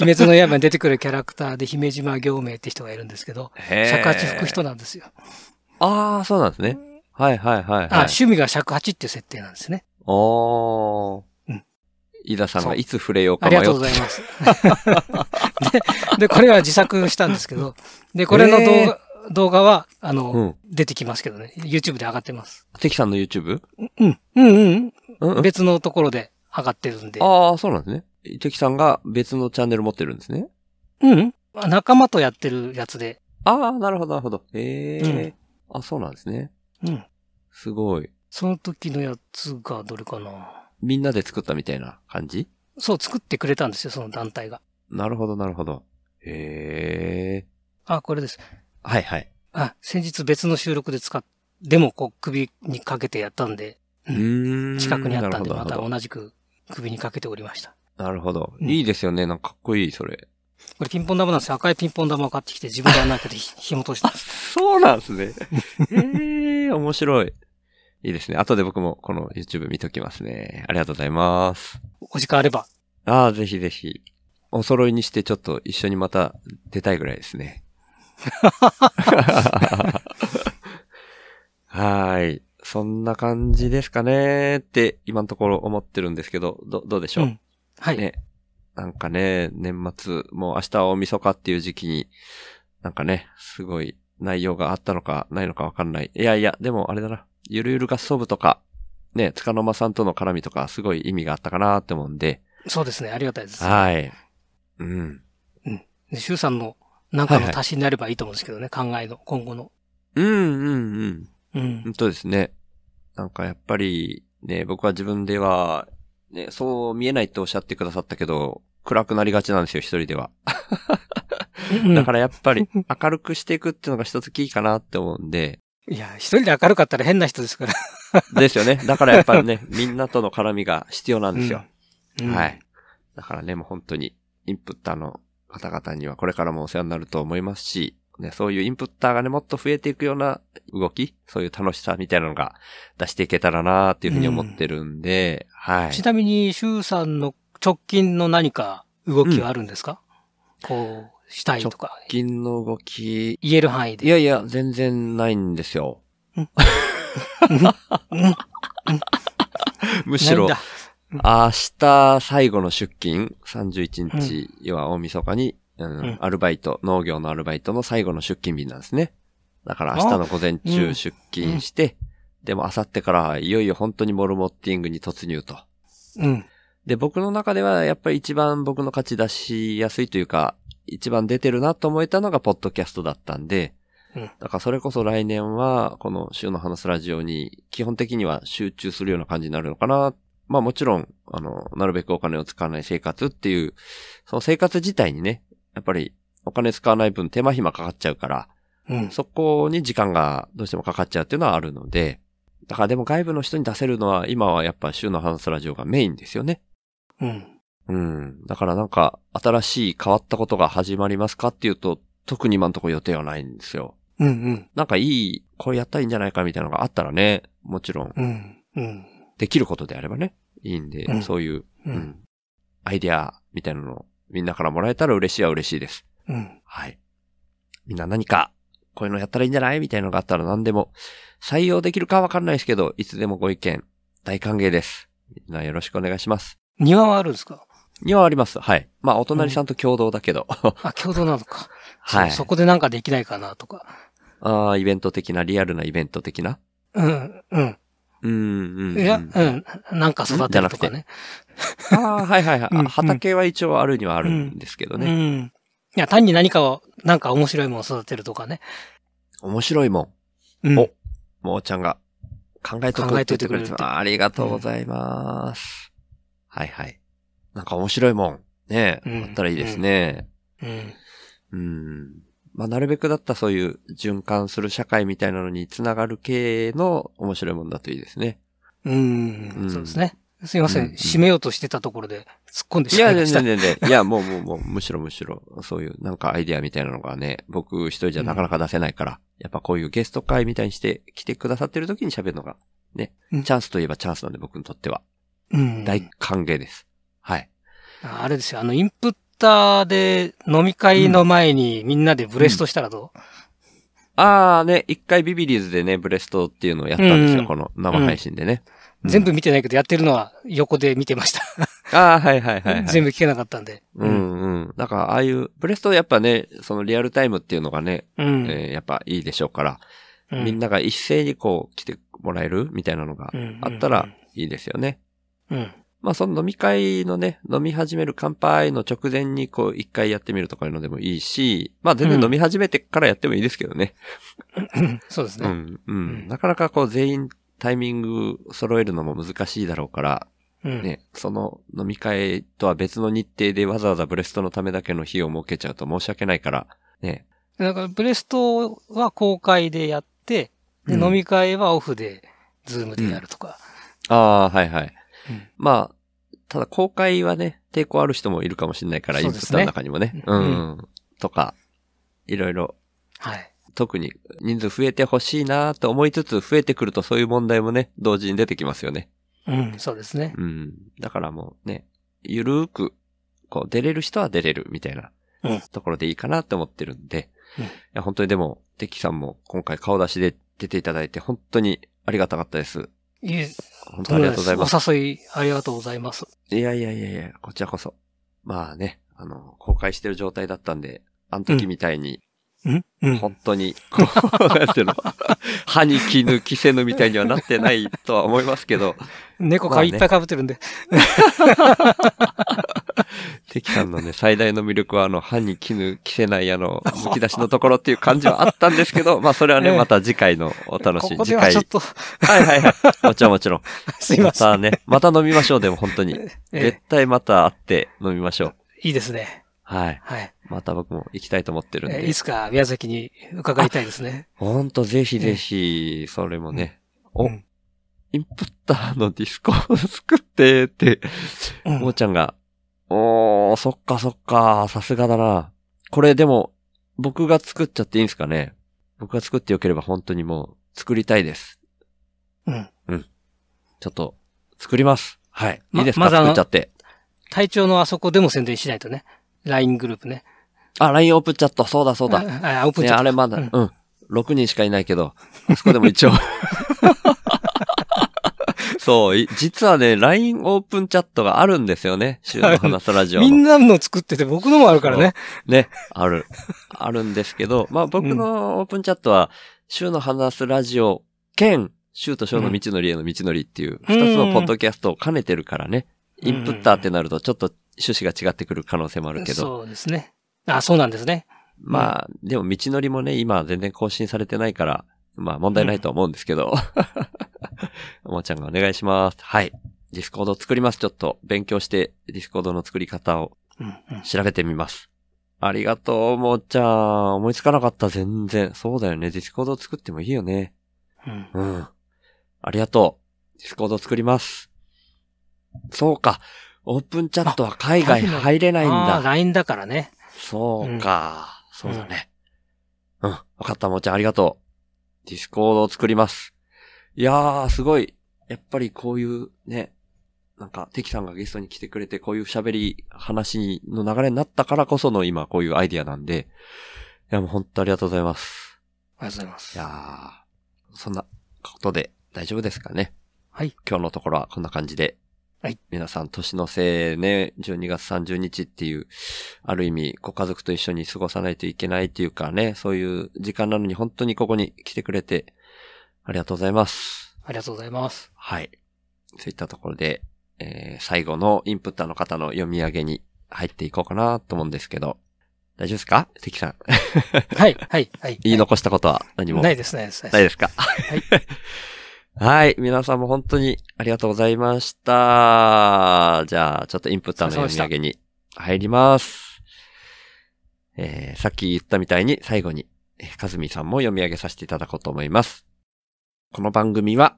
[SPEAKER 2] 鬼滅の刃に出てくるキャラクターで姫島行明って人がいるんですけど、
[SPEAKER 1] へー
[SPEAKER 2] [LAUGHS] 尺八吹く人なんですよ。
[SPEAKER 1] ああ、そうなんですね。はいはいはい、はい。
[SPEAKER 2] あ、趣味が尺八っていう設定なんですね。
[SPEAKER 1] おー
[SPEAKER 2] うん。
[SPEAKER 1] 飯田さん
[SPEAKER 2] そ
[SPEAKER 1] が
[SPEAKER 2] う
[SPEAKER 1] いつ触れようか
[SPEAKER 2] あ
[SPEAKER 1] 迷
[SPEAKER 2] り
[SPEAKER 1] っ
[SPEAKER 2] がとうございます。で、で、これは自作したんですけど、で、これの動画、
[SPEAKER 1] え
[SPEAKER 2] 動画は、あの、
[SPEAKER 1] うん。
[SPEAKER 2] 出てきますけどね。YouTube で上がってます。
[SPEAKER 1] 関さんの YouTube?
[SPEAKER 2] うん、うん、うん
[SPEAKER 1] うんう
[SPEAKER 2] うん。
[SPEAKER 1] ん。
[SPEAKER 2] 別のところで上がってるんで。
[SPEAKER 1] ああ、そうなんですね。関さんが別のチャンネル持ってるんですね。
[SPEAKER 2] うんうん。仲間とやってるやつで。
[SPEAKER 1] ああ、なるほど、なるほど。ええあ、そうなんですね。
[SPEAKER 2] うん。
[SPEAKER 1] すごい。
[SPEAKER 2] その時のやつがどれかな。
[SPEAKER 1] みんなで作ったみたいな感じ
[SPEAKER 2] そう、作ってくれたんですよ、その団体が。
[SPEAKER 1] なるほど、なるほど。へえ。
[SPEAKER 2] あ、これです。
[SPEAKER 1] はいはい。
[SPEAKER 2] あ、先日別の収録で使っ、でもこう首にかけてやったんで、
[SPEAKER 1] う
[SPEAKER 2] う
[SPEAKER 1] ーん。
[SPEAKER 2] 近くにあったんで、
[SPEAKER 1] なる
[SPEAKER 2] ま
[SPEAKER 1] ほ
[SPEAKER 2] た
[SPEAKER 1] ど
[SPEAKER 2] 同じく首にかけておりました。
[SPEAKER 1] なるほど。
[SPEAKER 2] うん
[SPEAKER 1] いいですよね。なんかかっこいい、それ。
[SPEAKER 2] これピンポン玉なんですよ。赤いピンポン玉を買ってきて自分で穴開け
[SPEAKER 1] [LAUGHS]
[SPEAKER 2] てひ紐通したんです。
[SPEAKER 1] そうなんです
[SPEAKER 2] [LAUGHS]
[SPEAKER 1] ね。ええ面白い。いいですね。後で僕もこの YouTube 見ときますね。ありがとうございます。
[SPEAKER 2] お時間あれば。
[SPEAKER 1] ああ、ぜひぜひ。お揃いにしてちょっと一緒にまた出たいぐらいです
[SPEAKER 2] [LAUGHS]
[SPEAKER 1] ね。はーい。そんな感じですかねって今のところ思ってるんですけど、ど、どうでしょう、
[SPEAKER 2] うんはい。
[SPEAKER 1] ね。なんかね、年末、もう明日は大晦日っていう時期に、なんかね、すごい、内容があったのか、ないのかわかんない。いやいや、でもあれだな。ゆるゆる合奏部とか、ね、つかの間さんとの絡みとか、すごい意味があったかなって思うんで。
[SPEAKER 2] そうですね。ありがたいです。
[SPEAKER 1] はい。うん。
[SPEAKER 2] で、シュウさんのなんかの足しになればいいと思うんですけどね、考えの、今後の。
[SPEAKER 1] うんうんうん。
[SPEAKER 2] うん。
[SPEAKER 1] 本当ですね。なんかやっぱり、ね、僕は自分では、ね、そう見えないっておっしゃってくださったけど、暗くなりがちなんですよ、一人では。
[SPEAKER 2] うん
[SPEAKER 1] だからやっぱ
[SPEAKER 2] [LAUGHS]
[SPEAKER 1] り、明るくしていくっていうのが一つキーかなって思うんで。 [LAUGHS]
[SPEAKER 2] いや、一人で明るかったら変な人ですから。
[SPEAKER 1] ですよね。だからやっぱ
[SPEAKER 2] [LAUGHS]
[SPEAKER 1] りね、みんなとの絡みが必要なんですよ。
[SPEAKER 2] うん
[SPEAKER 1] はい。。だからね、もう本当に、インプッターの方々にはこれからもお世話になると思いますし、ね、そういうインプッターがね、もっと増えていくような動き、そういう楽しさみたいなのが出していけたらなっていうふうに思ってるんで、はい
[SPEAKER 2] ち。なみに、シュウさんの直近の何か動きはあるんですか、こう、したいとか、
[SPEAKER 1] 直近の動き、
[SPEAKER 2] 言える範囲
[SPEAKER 1] い
[SPEAKER 2] で。
[SPEAKER 1] やいや、全然ないんですよ。
[SPEAKER 2] うん
[SPEAKER 1] [LAUGHS] むしろ
[SPEAKER 2] ないん、だ
[SPEAKER 1] 明日最後の出勤、31日、要は大晦日に、うん
[SPEAKER 2] うん
[SPEAKER 1] アルバイト、農業のアルバイトの最後の出勤日なんですね。だから明日の午前
[SPEAKER 2] あう
[SPEAKER 1] 中
[SPEAKER 2] ん
[SPEAKER 1] 出勤して、でも明後日からいよいよ本当にモルモッティングに突入と。
[SPEAKER 2] うん。
[SPEAKER 1] で、僕の中ではやっぱり一番僕の価値出しやすいというか、一番出てるなと思えたのがポッドキャストだったんで、
[SPEAKER 2] うん
[SPEAKER 1] だからそれこそ来年は、この週の話すラジオに基本的には集中するような感じになるのかな。まあもちろん、あの、なるべくお金を使わない生活っていう、その生活自体にね、やっぱりお金使わない分手間暇かかっちゃうから、
[SPEAKER 2] うん。
[SPEAKER 1] そこに時間がどうしてもかかっちゃうっていうのはあるので、だからでも外部の人に出せるのは今はやっぱ週の話すラジオがメインですよね。
[SPEAKER 2] うん。
[SPEAKER 1] うん。だからなんか、新しい変わったことが始まりますかっていうと、特に今のところ予定はないんですよ。
[SPEAKER 2] うん。うん。
[SPEAKER 1] なんかいい、これやったらいいんじゃないかみたいなのがあったらね、もちろん、
[SPEAKER 2] うん。うん。
[SPEAKER 1] できることであればね、いいんで、
[SPEAKER 2] うん
[SPEAKER 1] そういう、
[SPEAKER 2] う。
[SPEAKER 1] うんん、アイディアみたいなのをみんなからもらえたら嬉しいは嬉しいです。
[SPEAKER 2] うん。
[SPEAKER 1] はい。みんな何か、こういうのやったらいいんじゃないみたいなのがあったら何でも、採用できるかわかんないですけど、いつでもご意見、大歓迎です。みんなよろしくお願いします。
[SPEAKER 2] 庭はあるんですか
[SPEAKER 1] にはあります。はい。まあ、お隣さんと共同だけど。
[SPEAKER 2] あ、共同なのか。
[SPEAKER 1] はい。
[SPEAKER 2] そこでなんかできないかなとか。
[SPEAKER 1] ああ、イベント的な、リアルなイベント的な。
[SPEAKER 2] うん。うん。
[SPEAKER 1] うん、うん。
[SPEAKER 2] いや、
[SPEAKER 1] う
[SPEAKER 2] う
[SPEAKER 1] ん
[SPEAKER 2] ん。なんか育てるとかね。
[SPEAKER 1] ああ、はいはいはい
[SPEAKER 2] うんう
[SPEAKER 1] あ。
[SPEAKER 2] ん
[SPEAKER 1] 畑は一応あるにはあるんですけど
[SPEAKER 2] う
[SPEAKER 1] ね。
[SPEAKER 2] ん。いや、単に何かを、なんか面白いものを育てるとかね。
[SPEAKER 1] 面白いも
[SPEAKER 2] うん。
[SPEAKER 1] おん。もーちゃんが考えとく
[SPEAKER 2] 考
[SPEAKER 1] っ
[SPEAKER 2] え
[SPEAKER 1] て言っ
[SPEAKER 2] と
[SPEAKER 1] て
[SPEAKER 2] いて
[SPEAKER 1] く
[SPEAKER 2] くれ
[SPEAKER 1] れ
[SPEAKER 2] る
[SPEAKER 1] てた。ありがとうございます。はいはい。なんか面白いもん。ねえ、
[SPEAKER 2] うん
[SPEAKER 1] あったらいいですね。
[SPEAKER 2] うん。
[SPEAKER 1] うん。まあ、なるべくだったらそういう循環する社会みたいなのにつながる系の面白いもんだといいですね。
[SPEAKER 2] うん、
[SPEAKER 1] うん
[SPEAKER 2] そうですね。すいません、
[SPEAKER 1] うん
[SPEAKER 2] 締めようとしてたところで突っ込んで
[SPEAKER 1] い
[SPEAKER 2] しま
[SPEAKER 1] や、
[SPEAKER 2] いま
[SPEAKER 1] 全
[SPEAKER 2] した。
[SPEAKER 1] 然全然。いや、もうもうもう、むしろむしろ、そういうなんかアイデアみたいなのがね、僕一人じゃなかなか出せないから、やっぱこういうゲスト会みたいにして来てくださってる時に喋るのが、ね、
[SPEAKER 2] うん
[SPEAKER 1] チャンスといえばチャンスなんで僕にとっては、
[SPEAKER 2] うん
[SPEAKER 1] 大歓迎です。はい。
[SPEAKER 2] あれですよ、あの、インプッターで飲み会の前にみんなでブレストしたらど
[SPEAKER 1] あーね、一回ビビリーズでね、ブレストっていうのをやったんですよ、
[SPEAKER 2] うん
[SPEAKER 1] この生配信でね。
[SPEAKER 2] う、全
[SPEAKER 1] 部、
[SPEAKER 2] 部見てないけどやってるのは横で見てました。
[SPEAKER 1] ああ、はいはいはい、はい。
[SPEAKER 2] 全部聞けなかったんで。
[SPEAKER 1] う。んうん。だから、ああいう、ブレストやっぱね、そのリアルタイムっていうのがね、
[SPEAKER 2] うん。
[SPEAKER 1] えーやっぱいいでしょうから、
[SPEAKER 2] うん
[SPEAKER 1] みんなが一斉にこう来てもらえるみたいなのがあったらいいですよね。
[SPEAKER 2] うん。うん
[SPEAKER 1] まあその飲み会のね、飲み始める乾杯の直前にこう一回やってみるとかいうのでもいいし、まあ全然飲み始めてからやってもいいですけどね。
[SPEAKER 2] うん [LAUGHS] そうです
[SPEAKER 1] う
[SPEAKER 2] ね。
[SPEAKER 1] ん、うん、
[SPEAKER 2] うん
[SPEAKER 1] なかなかこう全員タイミング揃えるのも難しいだろうから、
[SPEAKER 2] うん。
[SPEAKER 1] ね、その飲み会とは別の日程でわざわざブレストのためだけの日を設けちゃうと申し訳ないから、ね。
[SPEAKER 2] だから、ブレストは公開でやって、で、
[SPEAKER 1] うん
[SPEAKER 2] 飲み会はオフで、ズームでやるとか。
[SPEAKER 1] ああ、はいはい。
[SPEAKER 2] うん
[SPEAKER 1] まあ、ただ公開はね、抵抗ある人もいるかもしれないから、イ
[SPEAKER 2] そ
[SPEAKER 1] ン
[SPEAKER 2] う
[SPEAKER 1] プ
[SPEAKER 2] で
[SPEAKER 1] ッ
[SPEAKER 2] す
[SPEAKER 1] ト
[SPEAKER 2] ね
[SPEAKER 1] の中にもね。う
[SPEAKER 2] うん
[SPEAKER 1] ん。とか、いろいろ、
[SPEAKER 2] はい。
[SPEAKER 1] 特に人数増えてほしいなと思いつつ、増えてくるとそういう問題もね、同時に出てきますよね。
[SPEAKER 2] うん、そうですね。
[SPEAKER 1] うん。だからもうね、ゆるーく、こう、出れる人は出れるみたいな
[SPEAKER 2] うん
[SPEAKER 1] ところでいいかなって思ってるんで、
[SPEAKER 2] うん
[SPEAKER 1] いや、本当にでも、テキさんも今回顔出しで出ていただいて、本当にありがたかったです。
[SPEAKER 2] いえ
[SPEAKER 1] 本当にありがとうございます。
[SPEAKER 2] お誘いありがとうございます。
[SPEAKER 1] いやいやいやいや、こちらこそ。まあね、あの、公開してる状態だったんで、あの時みたいに、
[SPEAKER 2] うんうん。
[SPEAKER 1] 本当に、こう、 [LAUGHS] なんていうの、歯に絹着せぬみたいにはなってないとは思いますけど、
[SPEAKER 2] 猫
[SPEAKER 1] まあ
[SPEAKER 2] が
[SPEAKER 1] ね
[SPEAKER 2] いっぱい被ってるんで。
[SPEAKER 1] 関さんのね、最大の魅力は、あの、歯に絹着せない、あ
[SPEAKER 2] [LAUGHS]
[SPEAKER 1] の、むき出しのところっていう感じはあったんですけど、まあ、それはね、
[SPEAKER 2] ええ
[SPEAKER 1] また次回のお楽し
[SPEAKER 2] こ
[SPEAKER 1] み。
[SPEAKER 2] こ
[SPEAKER 1] 次
[SPEAKER 2] では
[SPEAKER 1] 回。
[SPEAKER 2] ちょっ
[SPEAKER 1] は
[SPEAKER 2] と、 [LAUGHS]
[SPEAKER 1] いはいはい。もちろんもちろん。
[SPEAKER 2] すいま
[SPEAKER 1] ま
[SPEAKER 2] せん。
[SPEAKER 1] たね、また飲みましょう、でも本当に。絶
[SPEAKER 2] え
[SPEAKER 1] 対また会って飲みましょう。
[SPEAKER 2] えいいですね。
[SPEAKER 1] はい。
[SPEAKER 2] はい。
[SPEAKER 1] また僕も行きたいと思ってるん
[SPEAKER 2] え
[SPEAKER 1] で
[SPEAKER 2] い。つか宮崎に伺いたいですね。
[SPEAKER 1] ほんと、ぜひぜひ、それもね。お、
[SPEAKER 2] うん
[SPEAKER 1] インプッターのディスコを作って、って、
[SPEAKER 2] うん
[SPEAKER 1] もーちゃんが、おー、そっかそっか、さすがだな。これでも、僕が作っちゃっていいんですかね僕が作ってよければ本当にもう、作りたいです。
[SPEAKER 2] うん。
[SPEAKER 1] ちょっと、作ります。はい。
[SPEAKER 2] ま
[SPEAKER 1] いいですか、
[SPEAKER 2] まずあの
[SPEAKER 1] 作っちゃって。
[SPEAKER 2] 隊長のあそこでも宣伝しないとね。LINE グループね。
[SPEAKER 1] あ、LINE オープンチャット、そうだそうだ。ね、
[SPEAKER 2] ああ、オープンチャット
[SPEAKER 1] あれまだ、
[SPEAKER 2] うん
[SPEAKER 1] うん。6人しかいないけど、あそこでも一応。 [LAUGHS] そう、い実はね、LINE オープンチャットがあるんですよね。週の話すラジオの。
[SPEAKER 2] みんなの作ってて僕のもあるからね。
[SPEAKER 1] ね、ある。あるんですけど、まあ僕のオープンチャットは、週の話すラジオ、兼、週と週の道のりへの道のりっていう、二つのポッドキャストを兼ねてるからね、
[SPEAKER 2] うん
[SPEAKER 1] インプッターってなるとちょっと趣旨が違ってくる可能性もあるけど、
[SPEAKER 2] そうですね。あ、そうなんですね。
[SPEAKER 1] まあ、でも道のりもね、今は全然更新されてないから、まあ問題ないとは思うんですけど、もーちゃん [LAUGHS] がお願いします。はい。ディスコードを作ります。ちょっと勉強して、ディスコードの作り方を
[SPEAKER 2] うんうん。
[SPEAKER 1] 調べてみます。ありがとう、もーちゃん。思いつかなかった、全然。そうだよね。ディスコード作ってもいいよね。
[SPEAKER 2] うん
[SPEAKER 1] うん。ありがとう。ディスコード作ります。そうか。オープンチャットは海外
[SPEAKER 2] あ海外
[SPEAKER 1] 入れないん
[SPEAKER 2] あ
[SPEAKER 1] だ。
[SPEAKER 2] あ、LINE だからね。
[SPEAKER 1] そうか。そうだね。うん。わかった、もーちゃん。ありがとう。ディスコードを作ります。いやー、すごい。やっぱりこういうね、なんか、テキさんがゲストに来てくれて、こういう喋り、話の流れになったからこその今、こういうアイディアなんで、いや、もう本当ありがとうございます。
[SPEAKER 2] ありがとうございます。
[SPEAKER 1] いやー、そんなことで大丈夫ですかね。
[SPEAKER 2] はい。
[SPEAKER 1] 今日のところはこんな感じで。
[SPEAKER 2] はい。
[SPEAKER 1] 皆さん、年のせいね、12月30日っていう、ある意味、ご家族と一緒に過ごさないといけないっていうかね、そういう時間なのに本当にここに来てくれて、ありがとうございます。
[SPEAKER 2] ありがとうございます。
[SPEAKER 1] はい。そういったところで、えー最後のインプッターの方の読み上げに入っていこうかなと思うんですけど、大丈夫ですか関さん。
[SPEAKER 2] はい、はい、はい。
[SPEAKER 1] 言い残したことは何も
[SPEAKER 2] ないです、ないです、ない
[SPEAKER 1] ない [LAUGHS]
[SPEAKER 2] です。
[SPEAKER 1] ですか。はい。皆さんも本当にありがとうございました。じゃあ、ちょっとインプッターの読み上げに入ります。えー、さっき言ったみたいに最後に、えーかずみさんも読み上げさせていただこうと思います。この番組は、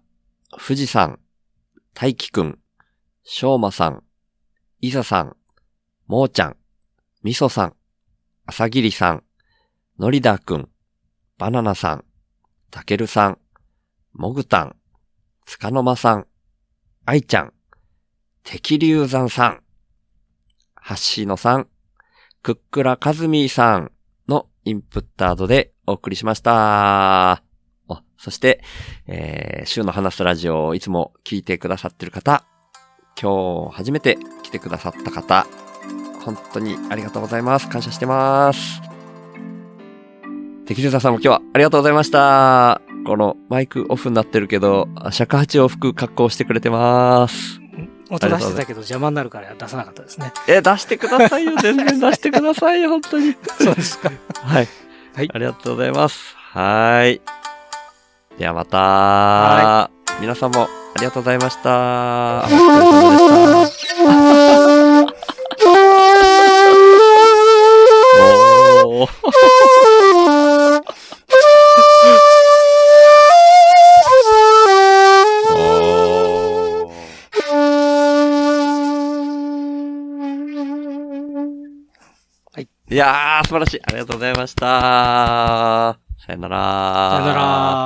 [SPEAKER 1] 富士山、大輝くん、しょうまさん、いざさん、もーちゃん、みそさん、あさぎりさん、のりだーくん、バナナさん、たけるさん、もぐたん、つかの間さん、あいちゃん、敵流山さん、はっしーのさん、クックラかずみーさんのインプッタードでお送りしました。おそして、えー、週の話すラジオをいつも聞いてくださってる方、今日初めて来てくださった方、本当にありがとうございます。感謝してます。敵中さんも今日はありがとうございました。このマイクオフになってるけど、尺八を吹く格好をしてくれてます。
[SPEAKER 2] 音出してたけど邪魔になるから出さなかったですね。
[SPEAKER 1] え、出してくださいよ。全然出してくださいよ、本当に。
[SPEAKER 2] [LAUGHS] そうですか。
[SPEAKER 1] はい。
[SPEAKER 2] はい
[SPEAKER 1] ありがとうございます。はーい。ではまた
[SPEAKER 2] は
[SPEAKER 1] 皆さんもありがとうございました。お疲れ様でした。おー。おー。
[SPEAKER 2] はい。
[SPEAKER 1] いやー、素晴らしい。ありがとうございました。さよなら。
[SPEAKER 2] さよなら。